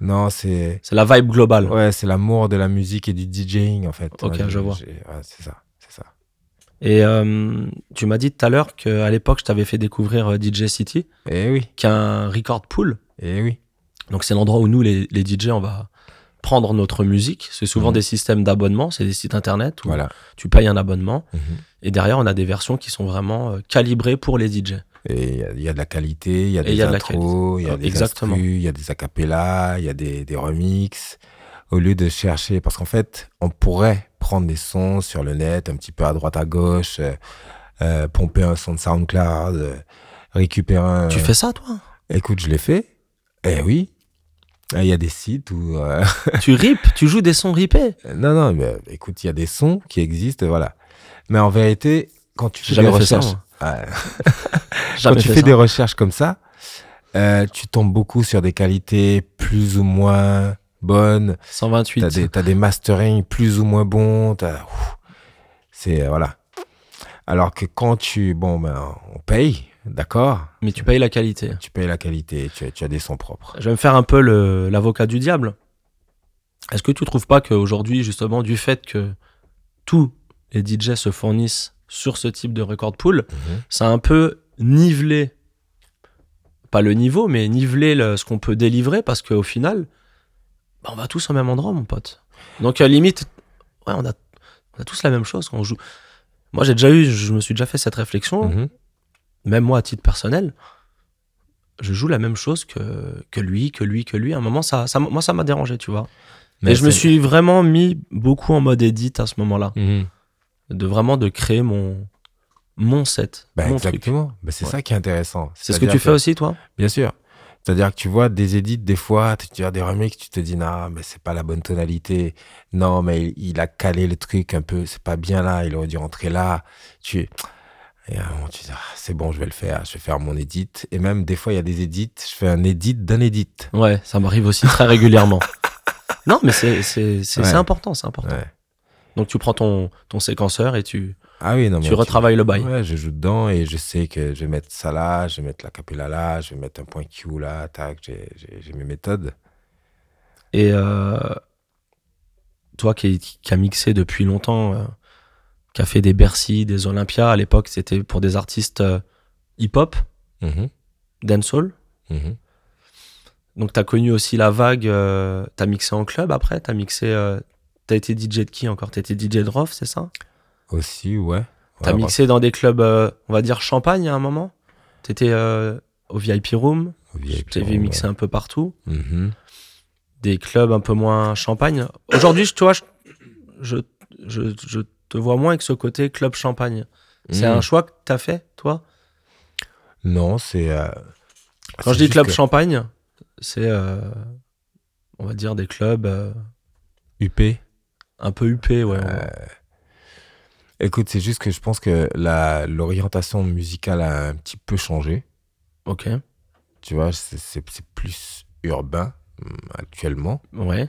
B: Non, c'est.
A: C'est la vibe globale.
B: Ouais, c'est l'amour de la musique et du DJing en fait.
A: Ok,
B: Ouais, j'ai-
A: je vois.
B: j'ai- ouais, c'est ça, c'est ça.
A: Et euh, tu m'as dit tout à l'heure qu'à l'époque, je t'avais fait découvrir euh, DJ City,
B: Et oui,
A: qui est un record pool.
B: et oui.
A: Donc, c'est l'endroit où nous, les, les DJ, on va prendre notre musique. C'est souvent
B: Mhm.
A: des systèmes d'abonnement, c'est des sites internet où
B: Voilà.
A: tu payes un abonnement.
B: Mhm.
A: Et derrière, on a des versions qui sont vraiment euh, calibrées pour les DJ.
B: Et il y a- il y, a de la qualité, il y a
A: Et il y
B: des
A: a de la
B: intros, il y a
A: Oh,
B: des
A: exactement.
B: instrus, il y a des acapellas, il y a des, des remixes. Au lieu de chercher, parce qu'en fait, on pourrait prendre des sons sur le net, un petit peu à droite, à gauche, euh, euh, pomper un son de SoundCloud, euh, récupérer un...
A: Tu fais ça, toi
B: Écoute, je l'ai fait. Eh oui. Il y a des sites où... euh,
A: Tu rips, tu joues des sons ripés.
B: Non, non, mais euh, écoute, il y a des sons qui existent, voilà. Mais en vérité, quand tu
A: J'ai
B: fais des
A: jamais fait ça,
B: recherches...
A: moi.
B: Ouais.
A: Jamais
B: quand tu
A: fait
B: fais
A: ça.
B: des recherches comme ça, euh, tu tombes beaucoup sur des qualités plus ou moins bonnes.
A: 128.
B: T'as des, t'as des masterings plus ou moins bons. t'as- ouf. C'est euh, voilà. Alors que quand tu bon ben on paye, d'accord,
A: Mais tu payes la qualité.
B: tu payes la qualité, tu, as- tu as des sons propres.
A: Je vais me faire un peu le- l'avocat du diable. Est-ce que tu trouves pas qu'aujourd'hui, justement, du fait que tous les DJ se fournissent sur ce type de record pool,
B: Mhm.
A: ça a un peu nivelé, pas le niveau, mais nivelé le- ce qu'on peut délivrer parce qu'au final, bah, on va tous au même endroit, mon pote. Donc, à limite, ouais, on, a, on a tous la même chose quand on joue. Moi, j'ai déjà eu, je me suis déjà fait cette réflexion
B: Mhm.
A: même moi à titre personnel, je joue la même chose que, que lui, que lui, que lui. À un moment, ça, ça, moi, ça m'a dérangé, tu vois.
B: Mais
A: et je me
B: c'est-
A: suis vraiment mis beaucoup en mode edit à ce moment-là,
B: Mhm.
A: de vraiment de créer mon mon set,
B: Ben,
A: mon truc.
B: exactement. Ben, c'est
A: Ouais.
B: ça qui est intéressant.
A: C'est ce que
B: C'est-à-dire
A: tu fais aussi, toi
B: Bien sûr. C'est-à-dire que tu vois des édits, des fois, tu tu as des remixes, tu te dis, non, mais c'est pas la bonne tonalité. Non, mais il, il a calé le truc un peu, c'est pas bien là, il aurait dû rentrer là. Tu, et à un moment, tu dis, Ah, c'est bon, je vais le faire, je vais faire mon édit. Et même des fois, il y a des édits, je fais un édit d'un édit.
A: Ouais, ça m'arrive aussi très régulièrement. Non, mais c'est c'est- c'est-
B: Ouais.
A: c'est important, c'est important.
B: Ouais.
A: Donc tu prends ton, ton séquenceur et tu,
B: Ah oui, non, mais
A: tu retravailles le bail.
B: Ouais, je joue dedans et je sais que je vais mettre ça là, je vais mettre la capella là, je vais mettre un point Q là, tac, j'ai- j'ai j'ai mes méthodes.
A: Et euh, toi qui, qui a mixé depuis longtemps, euh, qui a fait des Bercy, des Olympia, à l'époque c'était pour des artistes euh, hip-hop,
B: Mhm,
A: dancehall.
B: mhm.
A: Donc t'as connu aussi la vague, euh, t'as mixé en club après, t'as mixé, euh, t'as été DJ de qui encore T'as été DJ de Rof, c'est ça
B: Aussi, ouais.
A: T'as
B: Ouais,
A: mixé dans des clubs, euh, on va dire champagne à un moment T'étais euh, au VIP Room,
B: au VIP,
A: t'as vu
B: ouais.
A: mixer un peu partout.
B: Mhm.
A: des clubs un peu moins champagne. Aujourd'hui, je, tu vois, je, je, je- je te vois moins avec ce côté club champagne. C'est
B: Mhm.
A: un choix que tu as fait, toi
B: Non, c'est. euh,
A: Quand
B: c'est
A: je dis
B: juste
A: club
B: que
A: champagne, c'est, euh, on va dire, des clubs euh,
B: UP.
A: un peu huppés. Ouais,
B: euh, écoute, c'est juste que je pense que la- l'orientation musicale a un petit peu changé.
A: Ok,
B: Tu vois, c'est- c'est c'est plus urbain hum, actuellement.
A: ouais.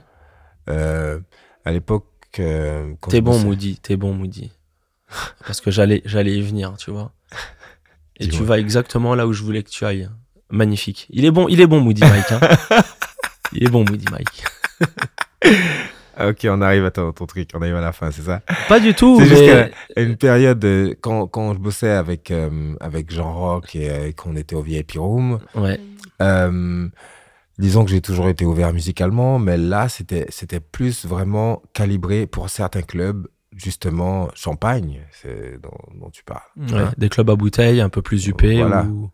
B: Euh, à l'époque. euh, quand
A: T'es
B: je
A: bon,
B: bossais-
A: Moody, t'es bon, Moody. Parce que j'allais, j'allais y venir, tu vois. Et tu
B: Dis-moi.
A: vas exactement là où je voulais que tu ailles. Magnifique. Il est bon, il est bon, Moody Mike. hein. il est bon, Moody Mike.
B: Ah, Ok, on arrive à ton, ton truc, on arrive à la fin, c'est ça
A: Pas du tout,
B: C'est juste
A: mais
B: qu'à une période, euh, quand, quand je bossais avec, euh, avec Jean Rock et euh, qu'on était au VIP Room,
A: ouais,
B: euh, disons que j'ai toujours été ouvert musicalement, mais là, c'était c'était plus vraiment calibré pour certains clubs, justement, Champagne, c'est dont, dont tu parles.
A: ouais,
B: Hein
A: des clubs à bouteilles un peu plus huppés
B: Voilà.
A: ou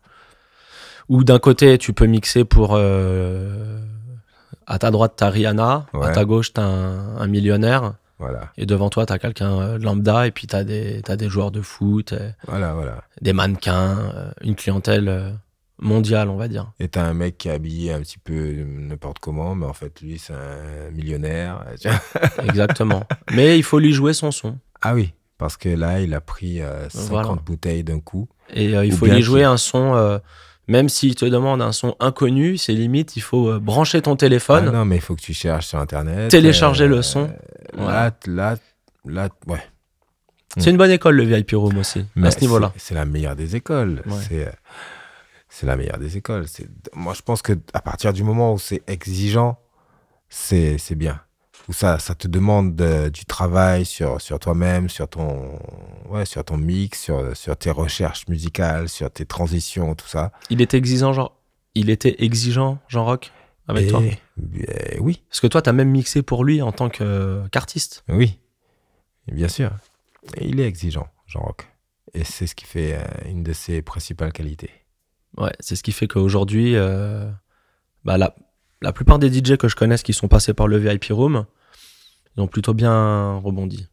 A: ou d'un côté tu peux mixer pour euh, à ta droite t'as Rihanna, à
B: Ouais.
A: ta gauche t'as un, un millionnaire
B: Voilà,
A: et devant toi t'as quelqu'un euh, lambda et puis t'as des t'as des joueurs de foot, euh,
B: voilà, voilà.
A: des mannequins, euh, une clientèle euh, mondiale on va dire.
B: Et t'as un mec qui est habillé un petit peu n'importe comment, mais en fait, lui, c'est un millionnaire. euh, tu vois.
A: Exactement. mais il faut lui jouer son son.
B: Ah oui, parce que là, il a pris euh, 50
A: Voilà.
B: bouteilles d'un coup.
A: Et euh, il
B: Ou
A: faut
B: bien
A: lui
B: qu'il-
A: jouer un son, euh, même s'il te demande un son inconnu, c'est limite, il faut euh, brancher ton
B: Ah
A: téléphone.
B: non, mais il faut que tu cherches sur Internet.
A: Télécharger
B: euh,
A: le son. Voilà.
B: Là, t- là, là, t- ouais.
A: c'est une bonne école, le VIP Room aussi,
B: Mais
A: à ce niveau-là.
B: c'est- C'est la meilleure des écoles.
A: Ouais.
B: C'est, euh, c'est la meilleure des écoles. C'est, moi, je pense que à partir du moment où c'est exigeant, c'est, c'est bien. Où ça, ça te demande euh, du travail sur, sur toi-même, sur ton, ouais, sur ton mix, sur, sur tes recherches musicales, sur tes transitions, tout ça.
A: Il était exigeant, genre. Il était exigeant, Jean Rock, avec
B: Et-
A: toi.
B: Eh oui,
A: Parce que toi, t'as même mixé pour lui en tant que, euh, qu'artiste.
B: oui, bien sûr. Et il est exigeant, Jean Rock. Et c'est ce qui fait euh, une de ses principales qualités.
A: Ouais, c'est ce qui fait qu'aujourd'hui, euh, bah, la, la plupart des DJ que je connaisse qui sont passés par le VIP Room, ils ont plutôt bien rebondi.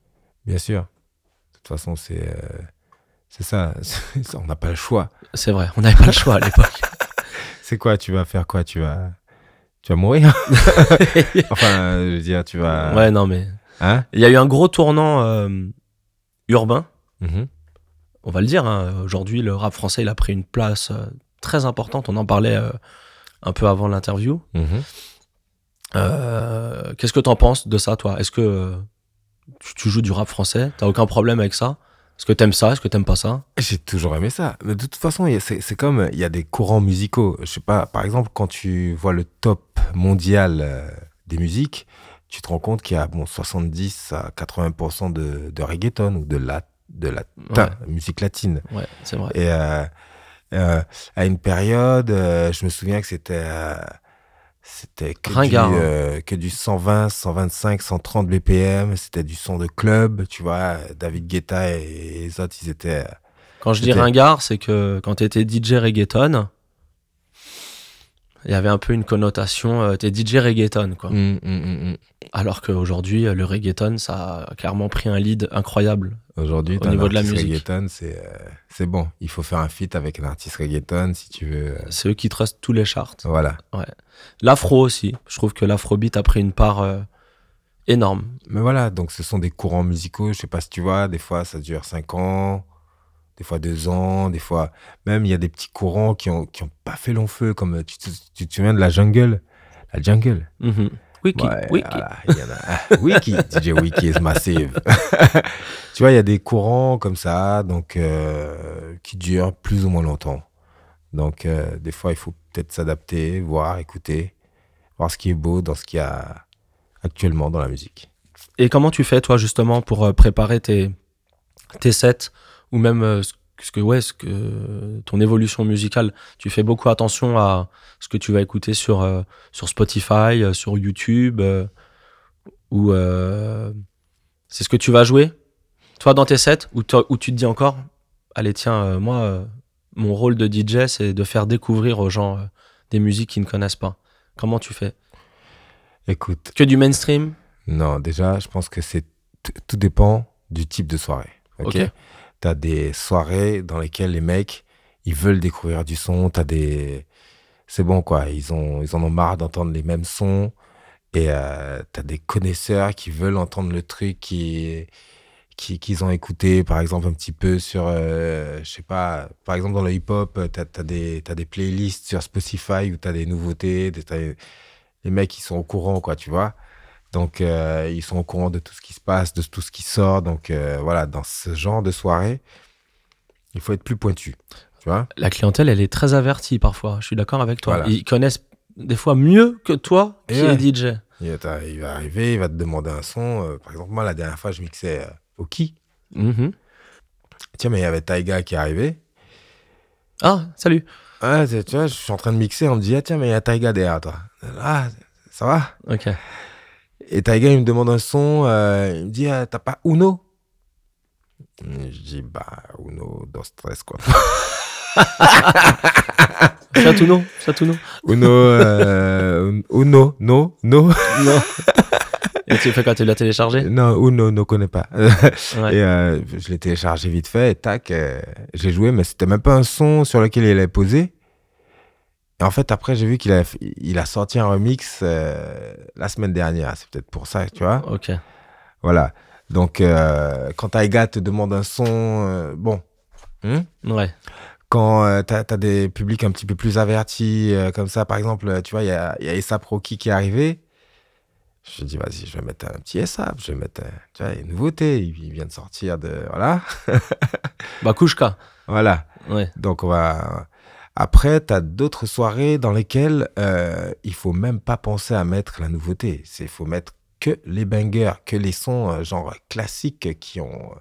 B: Bien sûr. De toute façon, c'est euh, c'est ça. C'est- On n'a pas le choix.
A: C'est vrai, on n'avait pas le choix à l'époque.
B: C'est quoi Tu vas faire quoi Tu vas tu vas mourir Enfin, euh, je veux dire, tu vas.
A: Ouais, non, mais
B: Hein
A: Il y a eu un gros tournant euh, urbain,
B: Mhm.
A: on va le dire. hein. Aujourd'hui, le rap français, il a pris une place euh, très importante. On en parlait euh, un peu avant l'interview.
B: Mhm.
A: Euh, Qu'est-ce que t'en penses de ça, toi Est-ce que euh, tu, tu joues du rap français T'as aucun problème avec ça Est-ce que t'aimes ça Est-ce que t'aimes pas ça
B: J'ai toujours aimé ça. Mais de toute façon, il y a- c'est c'est comme il y a des courants musicaux. Je sais pas. Par exemple, quand tu vois le top mondial euh, des musiques, tu te rends compte qu'il y a bon 70 à 80% de, de reggaeton ou de la de la
A: Ouais,
B: musique latine.
A: ouais, c'est vrai.
B: Et euh, euh, à une période, euh, je me souviens que c'était euh, c'était que, du,
A: Ringard, hein.
B: euh, que du 120, 125, 130 BPM. C'était du son de club, tu vois. David Guetta et, et les autres, ils étaient. euh,
A: Quand je dis
B: c'était-
A: ringard, c'est que quand t'étais DJ reggaeton, il y avait un peu une connotation, euh, t'es DJ reggaeton, quoi.
B: Mm, mm,
A: hum,
B: mm, mm.
A: Alors qu'aujourd'hui, euh, le reggaeton, ça a clairement pris un lead incroyable.
B: Aujourd'hui,
A: Au
B: t'as un
A: niveau de la
B: artiste
A: musique.
B: reggaeton, c'est euh, c'est bon. Il faut faire un feat avec un artiste reggaeton si tu veux. euh,
A: C'est eux qui trustent tous les charts.
B: Voilà.
A: L'afro aussi. Je trouve que l'afrobeat a pris une part euh, énorme.
B: Mais voilà, donc ce sont des courants musicaux, je sais pas si tu vois, des fois ça dure 5 ans, des fois 2 ans, des fois même il y a des petits courants qui ont, qui ont pas fait long feu, comme euh, tu te, tu te souviens de la jungle La jungle
A: Mhm. Wiki,
B: Ouais,
A: wiki.
B: voilà, il y en a- ah, Wiki, DJ Wiki is massive. tu vois, il y a des courants comme ça, donc euh, qui durent plus ou moins longtemps. Donc euh, des fois il faut peut-être s'adapter, voir, écouter, voir ce qui est beau dans ce qu'il y a actuellement dans la musique.
A: Et comment tu fais, toi, justement, pour euh, préparer tes, tes sets ou même euh, ce ce que, ouais, ce que, euh, ton évolution musicale Tu fais beaucoup attention à ce que tu vas écouter sur, euh, sur Spotify, euh, sur YouTube euh, ou. euh, c'est ce que tu vas jouer Toi, dans tes sets, ou toi- ou tu te dis encore Allez, tiens, euh, moi, euh, mon rôle de DJ, c'est de faire découvrir aux gens euh, des musiques qu'ils ne connaissent pas. Comment tu fais
B: Écoute,
A: Que du mainstream
B: Non, déjà, je pense que c'est t- tout dépend du type de soirée. Ok.
A: Ok.
B: T'as des soirées dans lesquelles les mecs ils veulent découvrir du son. T'as des, c'est bon quoi. Ils ont, ils en ont marre d'entendre les mêmes sons. Et euh, t'as des connaisseurs qui veulent entendre le truc qui, qui qu'ils ont écouté, par exemple un petit peu sur, euh, je sais pas, par exemple dans le hip-hop, euh, t'as as des, t'as des playlists sur Spotify où t'as des nouveautés, des- t'as- les mecs ils sont au courant quoi, tu vois. Donc euh, ils sont au courant de tout ce qui se passe, de tout ce qui sort. Donc euh, voilà, dans ce genre de soirée, il faut être plus pointu. Tu vois
A: La clientèle, elle est très avertie parfois. Je suis d'accord avec toi.
B: Voilà.
A: Ils connaissent des fois mieux que toi
B: Et
A: qui
B: ouais.
A: est DJ.
B: il, va t'a- il va arriver, il va te demander un son. euh, par exemple, moi, la dernière fois, je mixais euh, au qui. Mm-hmm.
A: Mhm.
B: Tiens, mais il y avait Taiga qui est arrivé.
A: Ah, salut.
B: Ah, tu tu vois, je suis en train de mixer, on me dit, ah, tiens, mais il y a Taiga derrière toi. Ah, ça va
A: Ok.
B: Et Taiga, il me demande un son, euh, il me dit, Ah, t'as pas Uno Et Je dis, bah, Uno, dans stress, quoi.
A: Chatouno, Chatouno.
B: Uno, euh, Uno, no, no.
A: Non. Et tu fais quoi Tu l'as téléchargé
B: Non, Uno, ne connais pas.
A: Ouais.
B: Et euh, je l'ai téléchargé vite fait, et tac, euh, j'ai joué, mais c'était même pas un son sur lequel il avait posé. Et en fait, après, j'ai vu qu'il a, il a sorti un remix euh, la semaine dernière. C'est peut-être pour ça, tu vois.
A: Ok.
B: Voilà. Donc, euh, quand Taiga te demande un son, euh, bon. Hein
A: Ouais.
B: quand euh, t'as as des publics un petit peu plus avertis, euh, comme ça, par exemple, euh, tu vois, il y a, il y a ASAP Rocky qui est arrivé. Je dis, vas-y, je vais mettre un petit ASAP, je vais mettre, euh, tu vois, il y a une nouveauté, il, il vient de sortir de. Voilà.
A: Bah, Kushka.
B: voilà.
A: Ouais.
B: Donc, on va. Après, t'as d'autres soirées dans lesquelles euh, il faut même pas penser à mettre la nouveauté. Il faut mettre que les bangers, que les sons euh, genre classiques qui ont,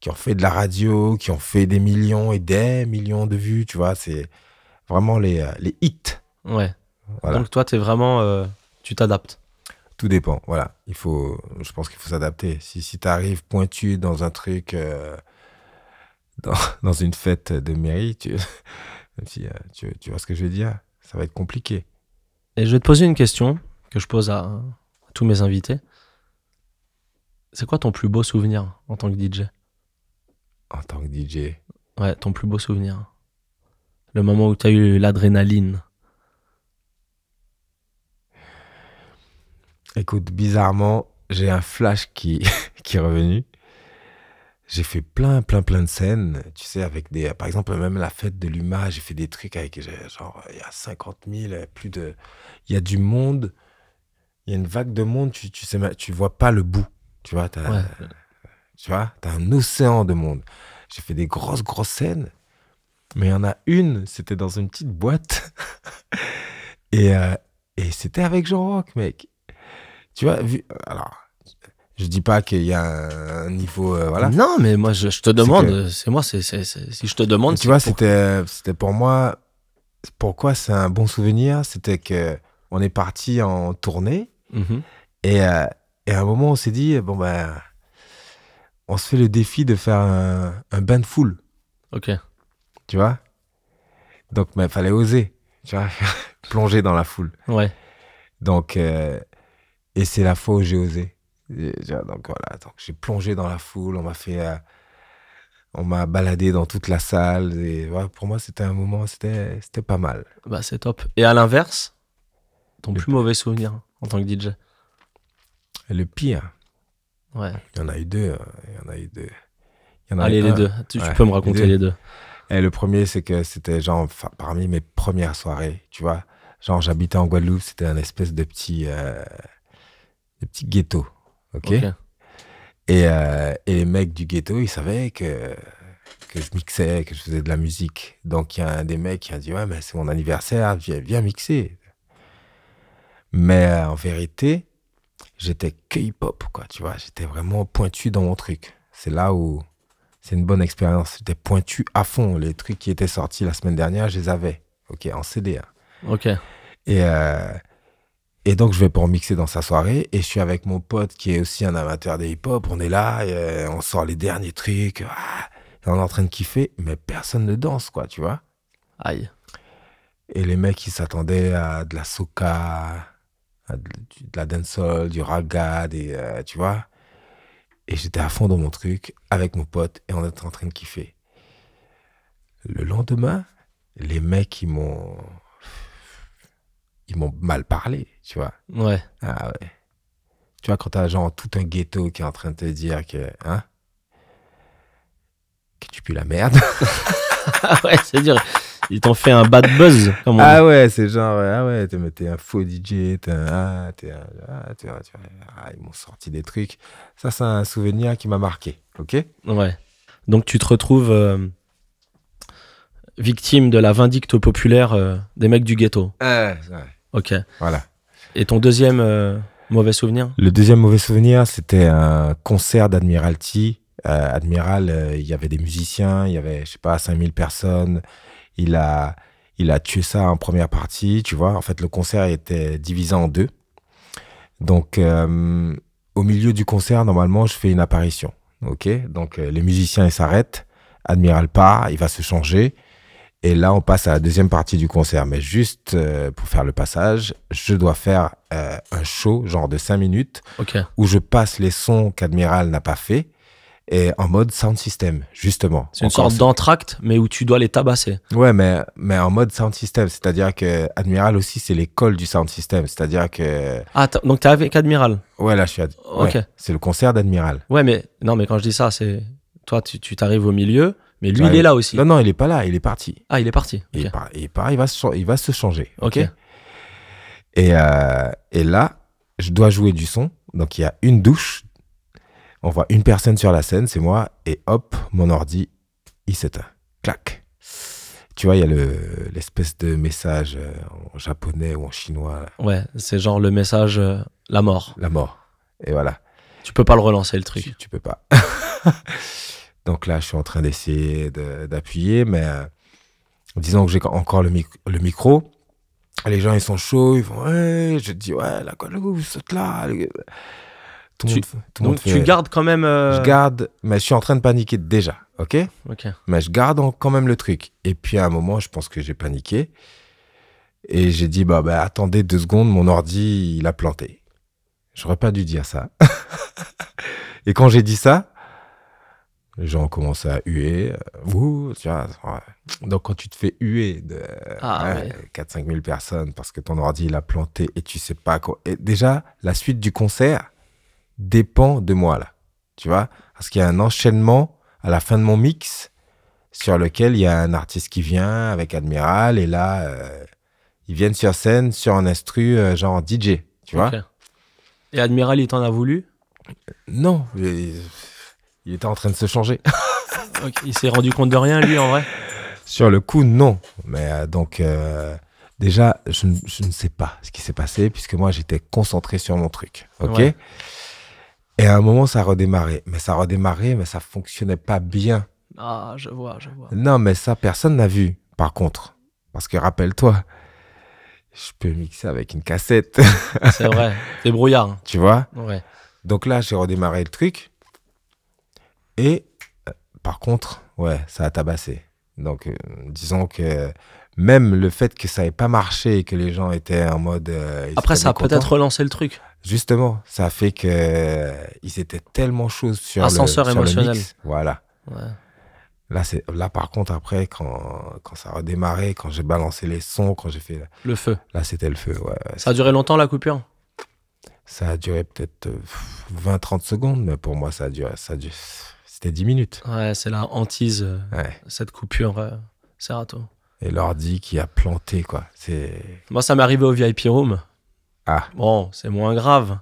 B: qui ont fait de la radio, qui ont fait des millions et des millions de vues, tu vois. C'est vraiment les, euh, les hits.
A: Ouais.
B: Voilà.
A: Donc, toi, t'es vraiment. euh, tu t'adaptes.
B: Tout dépend, voilà. Il faut, je pense qu'il faut s'adapter. Si, si tu arrives pointu dans un truc, euh, dans, dans une fête de mairie, tu, si, euh, tu, tu vois ce que je veux dire Ça va être compliqué.
A: Et je vais te poser une question que je pose à, à tous mes invités. C'est quoi ton plus beau souvenir en tant que DJ
B: En tant que DJ,
A: Ouais, ton plus beau souvenir. Le moment où t'as eu l'adrénaline.
B: Écoute, bizarrement, j'ai un flash qui, qui est revenu. J'ai fait plein, plein, plein de scènes, tu sais, avec des... Par exemple, même la fête de l'UMA, j'ai fait des trucs avec, j'ai- genre, il y a 50 000, euh, plus de... Il y a du monde, il y a une vague de monde, tu, tu sais, ma- tu vois pas le bout, tu vois, t'as,
A: Ouais.
B: tu vois, t'as un océan de monde. J'ai fait des grosses, grosses scènes, mais il y en a une, c'était dans une petite boîte, et, euh, et c'était avec Jean-Roch, mec. Tu vois, vu, alors, je dis pas qu'il y a un, un niveau, euh, voilà.
A: Non, mais moi, je, je te demande.
B: que-
A: C'est moi, c'est, c'est- c'est- si je te demande.
B: Mais tu
A: c'est
B: vois,
A: pour-
B: c'était, c'était pour moi, pourquoi c'est un bon souvenir, c'était que on est parti en tournée
A: Mhm.
B: et, euh, et à un moment on s'est dit, bon ben, on se fait le défi de faire un, un bain de foule,
A: Ok.
B: tu vois. Donc, il fallait oser, tu vois, plonger dans la foule.
A: Ouais.
B: Donc, euh, et c'est la fois où j'ai osé. Et, tu vois, Donc voilà, donc j'ai plongé dans la foule, on m'a fait, euh, on m'a baladé dans toute la salle. Et voilà, pour moi, c'était un moment, c'était, c'était pas mal.
A: Bah, c'est top. Et à l'inverse, ton
B: Le-
A: plus mauvais souvenir hein, en tant que DJ.
B: Et le pire,
A: Ouais.
B: il y en a eu deux, hein, il y en a eu deux. Il y en a eu
A: Allez, les
B: un.
A: deux. Tu, tu
B: Bah, Ouais,
A: peux me
B: les
A: raconter
B: deux.
A: les deux.
B: Et le premier, c'est que c'était genre enfin, parmi mes premières soirées, tu vois. Genre, j'habitais en Guadeloupe, c'était un espèce de petit, euh, de petit ghetto, ok
A: Ok.
B: Et, euh, et les mecs du ghetto, ils savaient que, que je mixais, que je faisais de la musique. Donc il y a un des mecs qui a dit Ouais, mais c'est mon anniversaire, viens, viens mixer. Mais euh, en vérité, j'étais que hip-hop, quoi, tu vois. J'étais vraiment pointu dans mon truc. C'est là où c'est une bonne expérience. J'étais pointu à fond. Les trucs qui étaient sortis la semaine dernière, je les avais. Ok, en CD. hein.
A: Ok.
B: Et, euh, et donc, je vais pour mixer dans sa soirée. Et je suis avec mon pote qui est aussi un amateur de hip-hop. On est là, et, euh, on sort les derniers trucs. ah, et on est en train de kiffer, mais personne ne danse, quoi, tu vois.
A: Aïe.
B: Et les mecs, ils s'attendaient à de la soca, à de, du- de la dancehall, du raga, des, euh, tu vois. Et j'étais à fond dans mon truc avec mon pote et on était en train de kiffer. Le lendemain, les mecs, ils m'ont. Ils m'ont mal parlé, tu vois.
A: Ouais.
B: Ah ouais. Tu vois, quand t'as genre tout un ghetto qui est en train de te dire que, hein, que tu pues la merde.
A: Ah ouais, c'est dur. Ils t'ont fait un bad buzz, comme on dit.
B: Ah ouais, c'est genre, euh, ah ouais, t'es, mais t'es un faux DJ, t'es un, ah, t'es un, ah, t'es un- tu vois, ah, ils m'ont sorti des trucs. Ça, c'est un souvenir qui m'a marqué, ok?
A: Ouais. Donc tu te retrouves euh, victime de la vindicte populaire euh, des mecs du ghetto.
B: Ouais, ouais.
A: Ok.
B: Voilà.
A: Et ton deuxième euh, mauvais souvenir
B: Le deuxième mauvais souvenir, c'était un concert d'Admiralty. Euh, Admiral, euh, il y avait des musiciens, il y avait, je sais pas, 5000 personnes. Il a, il a tué ça en première partie, tu vois. En fait, le concert était divisé en deux. Donc, euh, au milieu du concert, normalement, je fais une apparition. OK Donc, euh, les musiciens, ils s'arrêtent. Admiral part, il va se changer. Et là, on passe à la deuxième partie du concert. Mais juste euh, pour faire le passage, je dois faire euh, un show, genre de 5 minutes,
A: Ok.
B: où je passe les sons qu'Admiral n'a pas fait et en mode sound system, justement.
A: C'est une
B: Encore
A: sorte d'entracte, mais où tu dois les tabasser.
B: Ouais, mais, mais en mode sound system, c'est-à-dire que Admiral aussi, c'est l'école du sound system, c'est-à-dire que...
A: Ah, t'as- donc t'es avec Admiral.
B: Ouais, là, je suis... ad-
A: Ok.
B: ouais, c'est le concert d'Admiral.
A: Ouais, mais non, mais quand je dis ça, c'est toi, tu tu t'arrives au milieu, mais lui, il
B: J'arrive.
A: est là aussi.
B: Non, non, il est pas là, il est parti.
A: Ah, il est parti.
B: Il,
A: Ok.
B: est par- il part, il va se, chan- il va se changer.
A: Ok.
B: Et, euh, et là, je dois jouer du son. Donc, il y a une douche. On voit une personne sur la scène, c'est moi. Et hop, mon ordi, il s'éteint. Clac. Tu vois, il y a le- l'espèce de message euh, en japonais ou en chinois, là.
A: Ouais, c'est genre le message euh, la mort.
B: la mort. Et voilà.
A: Tu peux pas le relancer le truc.
B: Tu, tu peux pas. Donc là, je suis en train d'essayer de- d'appuyer, mais euh, disons que j'ai encore le, mic- le micro. Les gens, ils sont chauds, ils font Ouais, je dis Ouais, la Guadeloupe, vous êtes là. Tout le
A: Tu-
B: monde, fait- tout le monde
A: Donc
B: fait,
A: tu gardes quand même. euh,
B: Je garde, Euh, mais je suis en train de paniquer déjà, ok
A: Ok.
B: mais je garde en- quand même le truc. Et puis à un moment, je pense que j'ai paniqué. Et j'ai dit, bah, bah, attendez deux secondes, mon ordi, il a planté. J'aurais pas dû dire ça. et quand j'ai dit ça, les gens ont commencé à huer. euh, Ouh, tu vois, ouais. Donc quand tu te fais huer de
A: Ah, ouais.
B: 4-5 000 personnes parce que ton ordi, il a planté et tu sais pas quoi. Et déjà, la suite du concert dépend de moi, là. Tu vois Parce qu'il y a un enchaînement à la fin de mon mix sur lequel il y a un artiste qui vient avec Admiral et là euh, ils viennent sur scène sur un instru euh, genre DJ, tu vois
A: Ok. Et Admiral, il t'en a voulu.
B: Non, il, il était en train de se changer.
A: Ok, Il s'est rendu compte de rien, lui, en vrai.
B: sur le coup, non. Mais euh, donc euh, déjà, je, ne- je ne sais pas ce qui s'est passé puisque moi j'étais concentré sur mon truc, ok
A: Ouais.
B: Et à un moment, ça redémarrait, mais ça redémarrait, mais ça fonctionnait pas bien.
A: Ah, je vois, je vois.
B: Non, mais ça, personne n'a vu, par contre. Parce que rappelle-toi, je peux mixer avec une cassette,
A: C'est vrai. T'es brouillard. hein.
B: tu vois.
A: Ouais.
B: Donc là, j'ai redémarré le truc. Et euh, par contre, ouais, ça a tabassé. Donc, euh, disons que même le fait que ça n'ait pas marché et que les gens étaient en mode. euh, ils
A: Après,
B: étaient
A: ça a
B: mécontents,
A: peut-être relancé le truc.
B: Justement, ça a fait que euh, ils étaient tellement chauds sur
A: Ascenseur
B: le, sur le
A: émotionnel.
B: mix. Voilà.
A: Ouais.
B: Là, c'est- là, par contre, après, quand, quand ça a redémarré, quand j'ai balancé les sons, quand j'ai fait.
A: Le feu.
B: Là, c'était le feu. Ouais. ouais.
A: Ça a duré longtemps la coupure
B: Ça a duré peut-être euh, 20-30 secondes, mais pour moi, ça a duré. Ça a duré- C'était 10 minutes.
A: Ouais, c'est la hantise, euh,
B: Ouais.
A: cette coupure euh, Serato.
B: Et l'ordi qui a planté, quoi. C'est.
A: Moi, ça m'est arrivé au VIP Room.
B: Ah.
A: Bon, c'est moins grave.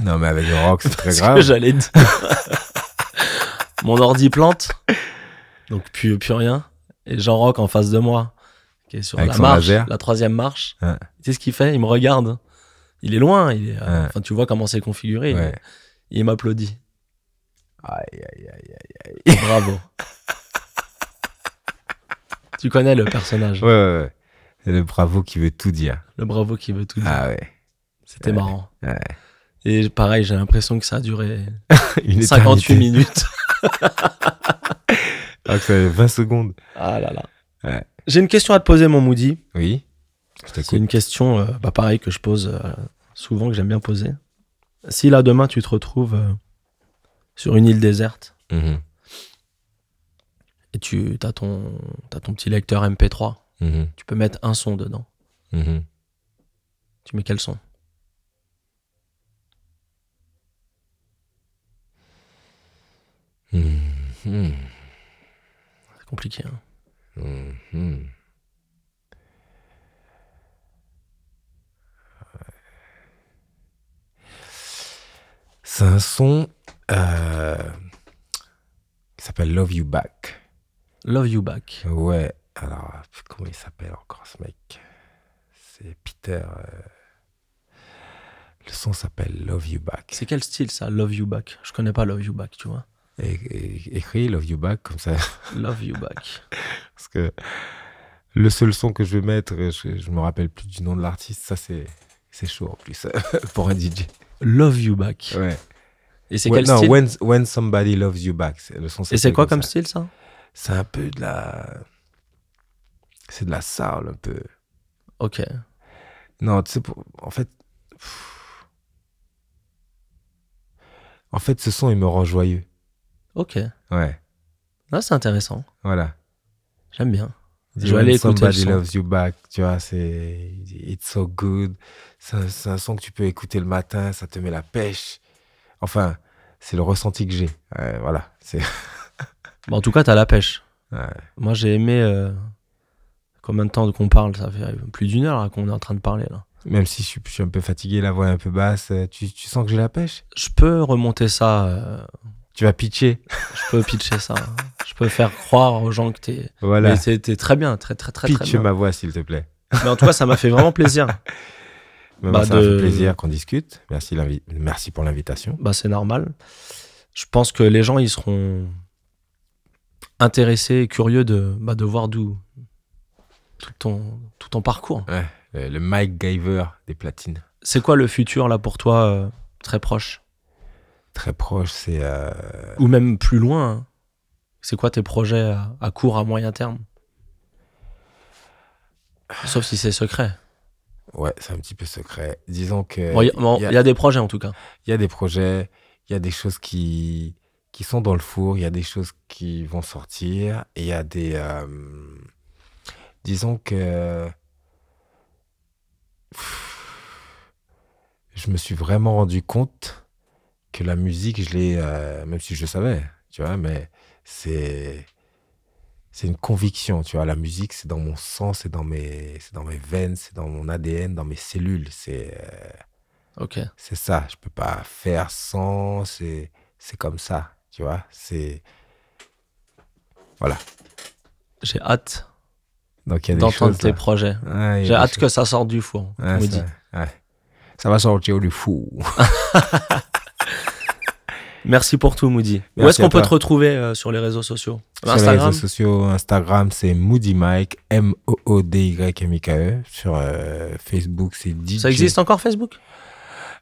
B: Non, mais avec le rock, c'est très
A: C'est ce que
B: grave.
A: j'allais dire. Mon ordi plante. Donc, plus, plus rien. Et Jean Rock en face de moi, qui est sur
B: Avec
A: la
B: son
A: marche,
B: laser.
A: la troisième marche.
B: Ouais.
A: Tu sais ce qu'il fait Il me regarde. Il est loin. Il est, euh,
B: Ouais.
A: enfin, tu vois comment c'est configuré.
B: Ouais.
A: Il, il m'applaudit.
B: Aïe, aïe, aïe, aïe.
A: Bravo. tu connais le personnage.
B: Ouais, ouais, ouais. C'est le bravo qui veut tout dire.
A: Le bravo qui veut tout dire.
B: Ah ouais.
A: C'était
B: Ouais,
A: marrant.
B: ouais.
A: Et pareil, j'ai l'impression que ça a duré
B: Une
A: 58
B: éternité.
A: minutes.
B: Ah, que ça avait 20 secondes.
A: Ah là là.
B: Ouais.
A: J'ai une question à te poser, mon Moody.
B: Oui. Je
A: C'est
B: t'écoute.
A: une question, euh, bah, pareil, que je pose euh, souvent, que j'aime bien poser. Si là, demain, tu te retrouves euh, sur une île déserte
B: Mhm,
A: et tu as ton, t'as ton petit lecteur MP3,
B: mhm,
A: tu peux mettre un son dedans.
B: mhm.
A: Tu mets quel son
B: Mhm,
A: C'est compliqué. hein.
B: mhm. C'est un son euh, qui s'appelle Love You Back.
A: Love You Back.
B: Ouais, alors, comment il s'appelle encore ce mec C'est Peter. euh, Le son s'appelle Love You Back.
A: C'est quel style ça, Love You Back Je connais pas Love You Back, tu vois.
B: Et- et- écris Love You Back comme ça.
A: Love You Back.
B: Parce que le seul son que je vais mettre, je, je me rappelle plus du nom de l'artiste, ça c'est. C'est chaud en plus pour un DJ.
A: Love You Back.
B: Ouais.
A: Et c'est
B: Ouais,
A: quel
B: non,
A: style
B: when, When Somebody Loves You Back. c'est- Le son
A: Et c'est
B: s'appelle
A: quoi comme
B: ça.
A: style ça
B: C'est un peu de la. C'est de la sarle un peu.
A: Ok.
B: Non, tu sais, pour- en fait. pff. En fait, ce son, il me rend joyeux.
A: Ok.
B: Ouais,
A: Là, c'est intéressant.
B: voilà.
A: J'aime bien. Je vais
B: When
A: aller écouter le
B: Somebody
A: son.
B: Loves You Back, tu vois, c'est. It's so good. C'est un, c'est un son que tu peux écouter le matin, ça te met la pêche. Enfin, c'est le ressenti que j'ai. Ouais, voilà. C'est.
A: Bon, en tout cas, t'as la pêche.
B: Ouais.
A: Moi, j'ai aimé. euh, Combien de temps qu'on parle Ça fait plus d'une heure là, qu'on est en train de parler là.
B: Même si je suis, je suis un peu fatigué, la voix est un peu basse, euh, tu, tu sens que j'ai la pêche
A: Je peux remonter ça. euh,
B: Tu vas pitcher.
A: Je peux pitcher ça. hein. Je peux faire croire aux gens que t'es.
B: Voilà.
A: Mais t'es- t'es très bien, très très très très
B: Pitch
A: bien.
B: ma voix, s'il te plaît.
A: Mais en tout cas, ça m'a fait vraiment plaisir.
B: Maman,
A: Bah,
B: ça m'a
A: de-
B: fait plaisir qu'on discute. Merci, l'invi- Merci pour l'invitation.
A: Bah, c'est normal. Je pense que les gens, ils seront intéressés et curieux de, bah, de voir d'où tout ton, tout ton parcours.
B: Euh, Le, le Mike Giver des platines.
A: C'est quoi le futur là pour toi, euh, très proche
B: Très proche, c'est. euh,
A: Ou même plus loin hein. C'est quoi tes projets à, à court, à moyen terme Sauf si c'est secret.
B: Ouais, c'est un petit peu secret. Disons que.
A: Bon, Il y, bon,
B: il Euh, y a-
A: il y a des projets en tout cas.
B: il y a des projets, il y a des choses qui, qui sont dans le four, il y a des choses qui vont sortir, et il y a des. euh, disons que. Je me suis vraiment rendu compte que la musique, je l'ai. euh, même si je le savais, tu vois, mais c'est. C'est une conviction, tu vois. La musique, c'est dans mon sang, c'est dans mes, c'est dans mes veines, c'est dans mon ADN, dans mes cellules. C'est, euh,
A: Ok.
B: c'est ça, je peux pas faire sans, c'est c'est comme ça, tu vois, c'est
A: J'ai hâte
B: donc il y a des
A: d'entendre
B: choses
A: tes
B: là.
A: projets.
B: Ouais, il y
A: J'ai
B: a des
A: hâte
B: choses.
A: que ça sorte du four.
B: Ouais,
A: on me
B: ça,
A: dit.
B: ouais. Ça va sortir du fou.
A: Merci pour tout, Moody. Où
B: Merci
A: est-ce qu'on
B: à
A: peut
B: toi.
A: te retrouver euh, sur les réseaux sociaux
B: Sur les
A: Instagram
B: réseaux sociaux, Instagram, c'est Moody Mike, M O O D Y M I K E. Sur euh, Facebook, c'est DJ.
A: Ça existe encore Facebook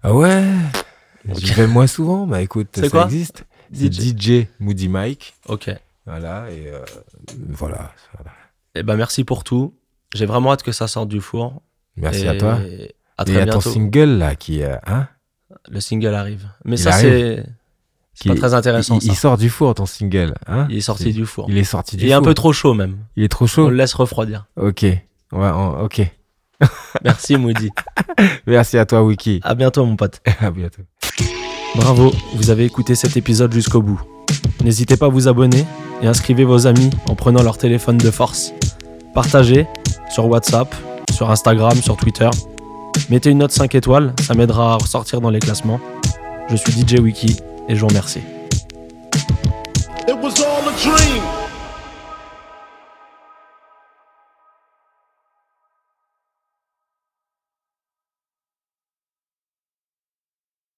B: Ah ouais.
A: Ok.
B: J'y vais moins souvent, mais écoute,
A: C'est
B: ça
A: quoi
B: existe. C'est DJ Moody Mike.
A: Ok.
B: Voilà et euh, voilà. voilà.
A: Eh ben merci pour tout. J'ai vraiment hâte que ça sorte du four.
B: Merci
A: Et
B: à toi.
A: À
B: et
A: très
B: à ton
A: bientôt.
B: single là qui euh, hein
A: Le single arrive. Mais
B: Il
A: ça
B: arrive.
A: c'est c'est
B: Qui-
A: pas très intéressant.
B: Il, il
A: ça.
B: sort du four, ton single. Hein
A: Il est sorti du four.
B: Il est sorti
A: Il
B: du
A: est
B: four.
A: un peu trop chaud même.
B: Il est trop
A: On
B: chaud.
A: le laisse refroidir.
B: Ok. Ouais, on- ok.
A: Merci Moody.
B: Merci à toi, Wiki.
A: À bientôt mon pote.
B: à bientôt.
A: Bravo, vous avez écouté cet épisode jusqu'au bout. N'hésitez pas à vous abonner et inscrivez vos amis en prenant leur téléphone de force. Partagez sur WhatsApp, sur Instagram, sur Twitter. Mettez une note 5 étoiles, ça m'aidera à ressortir dans les classements. Je suis DJ Wiki et je vous remercie.
C: It was all a dream.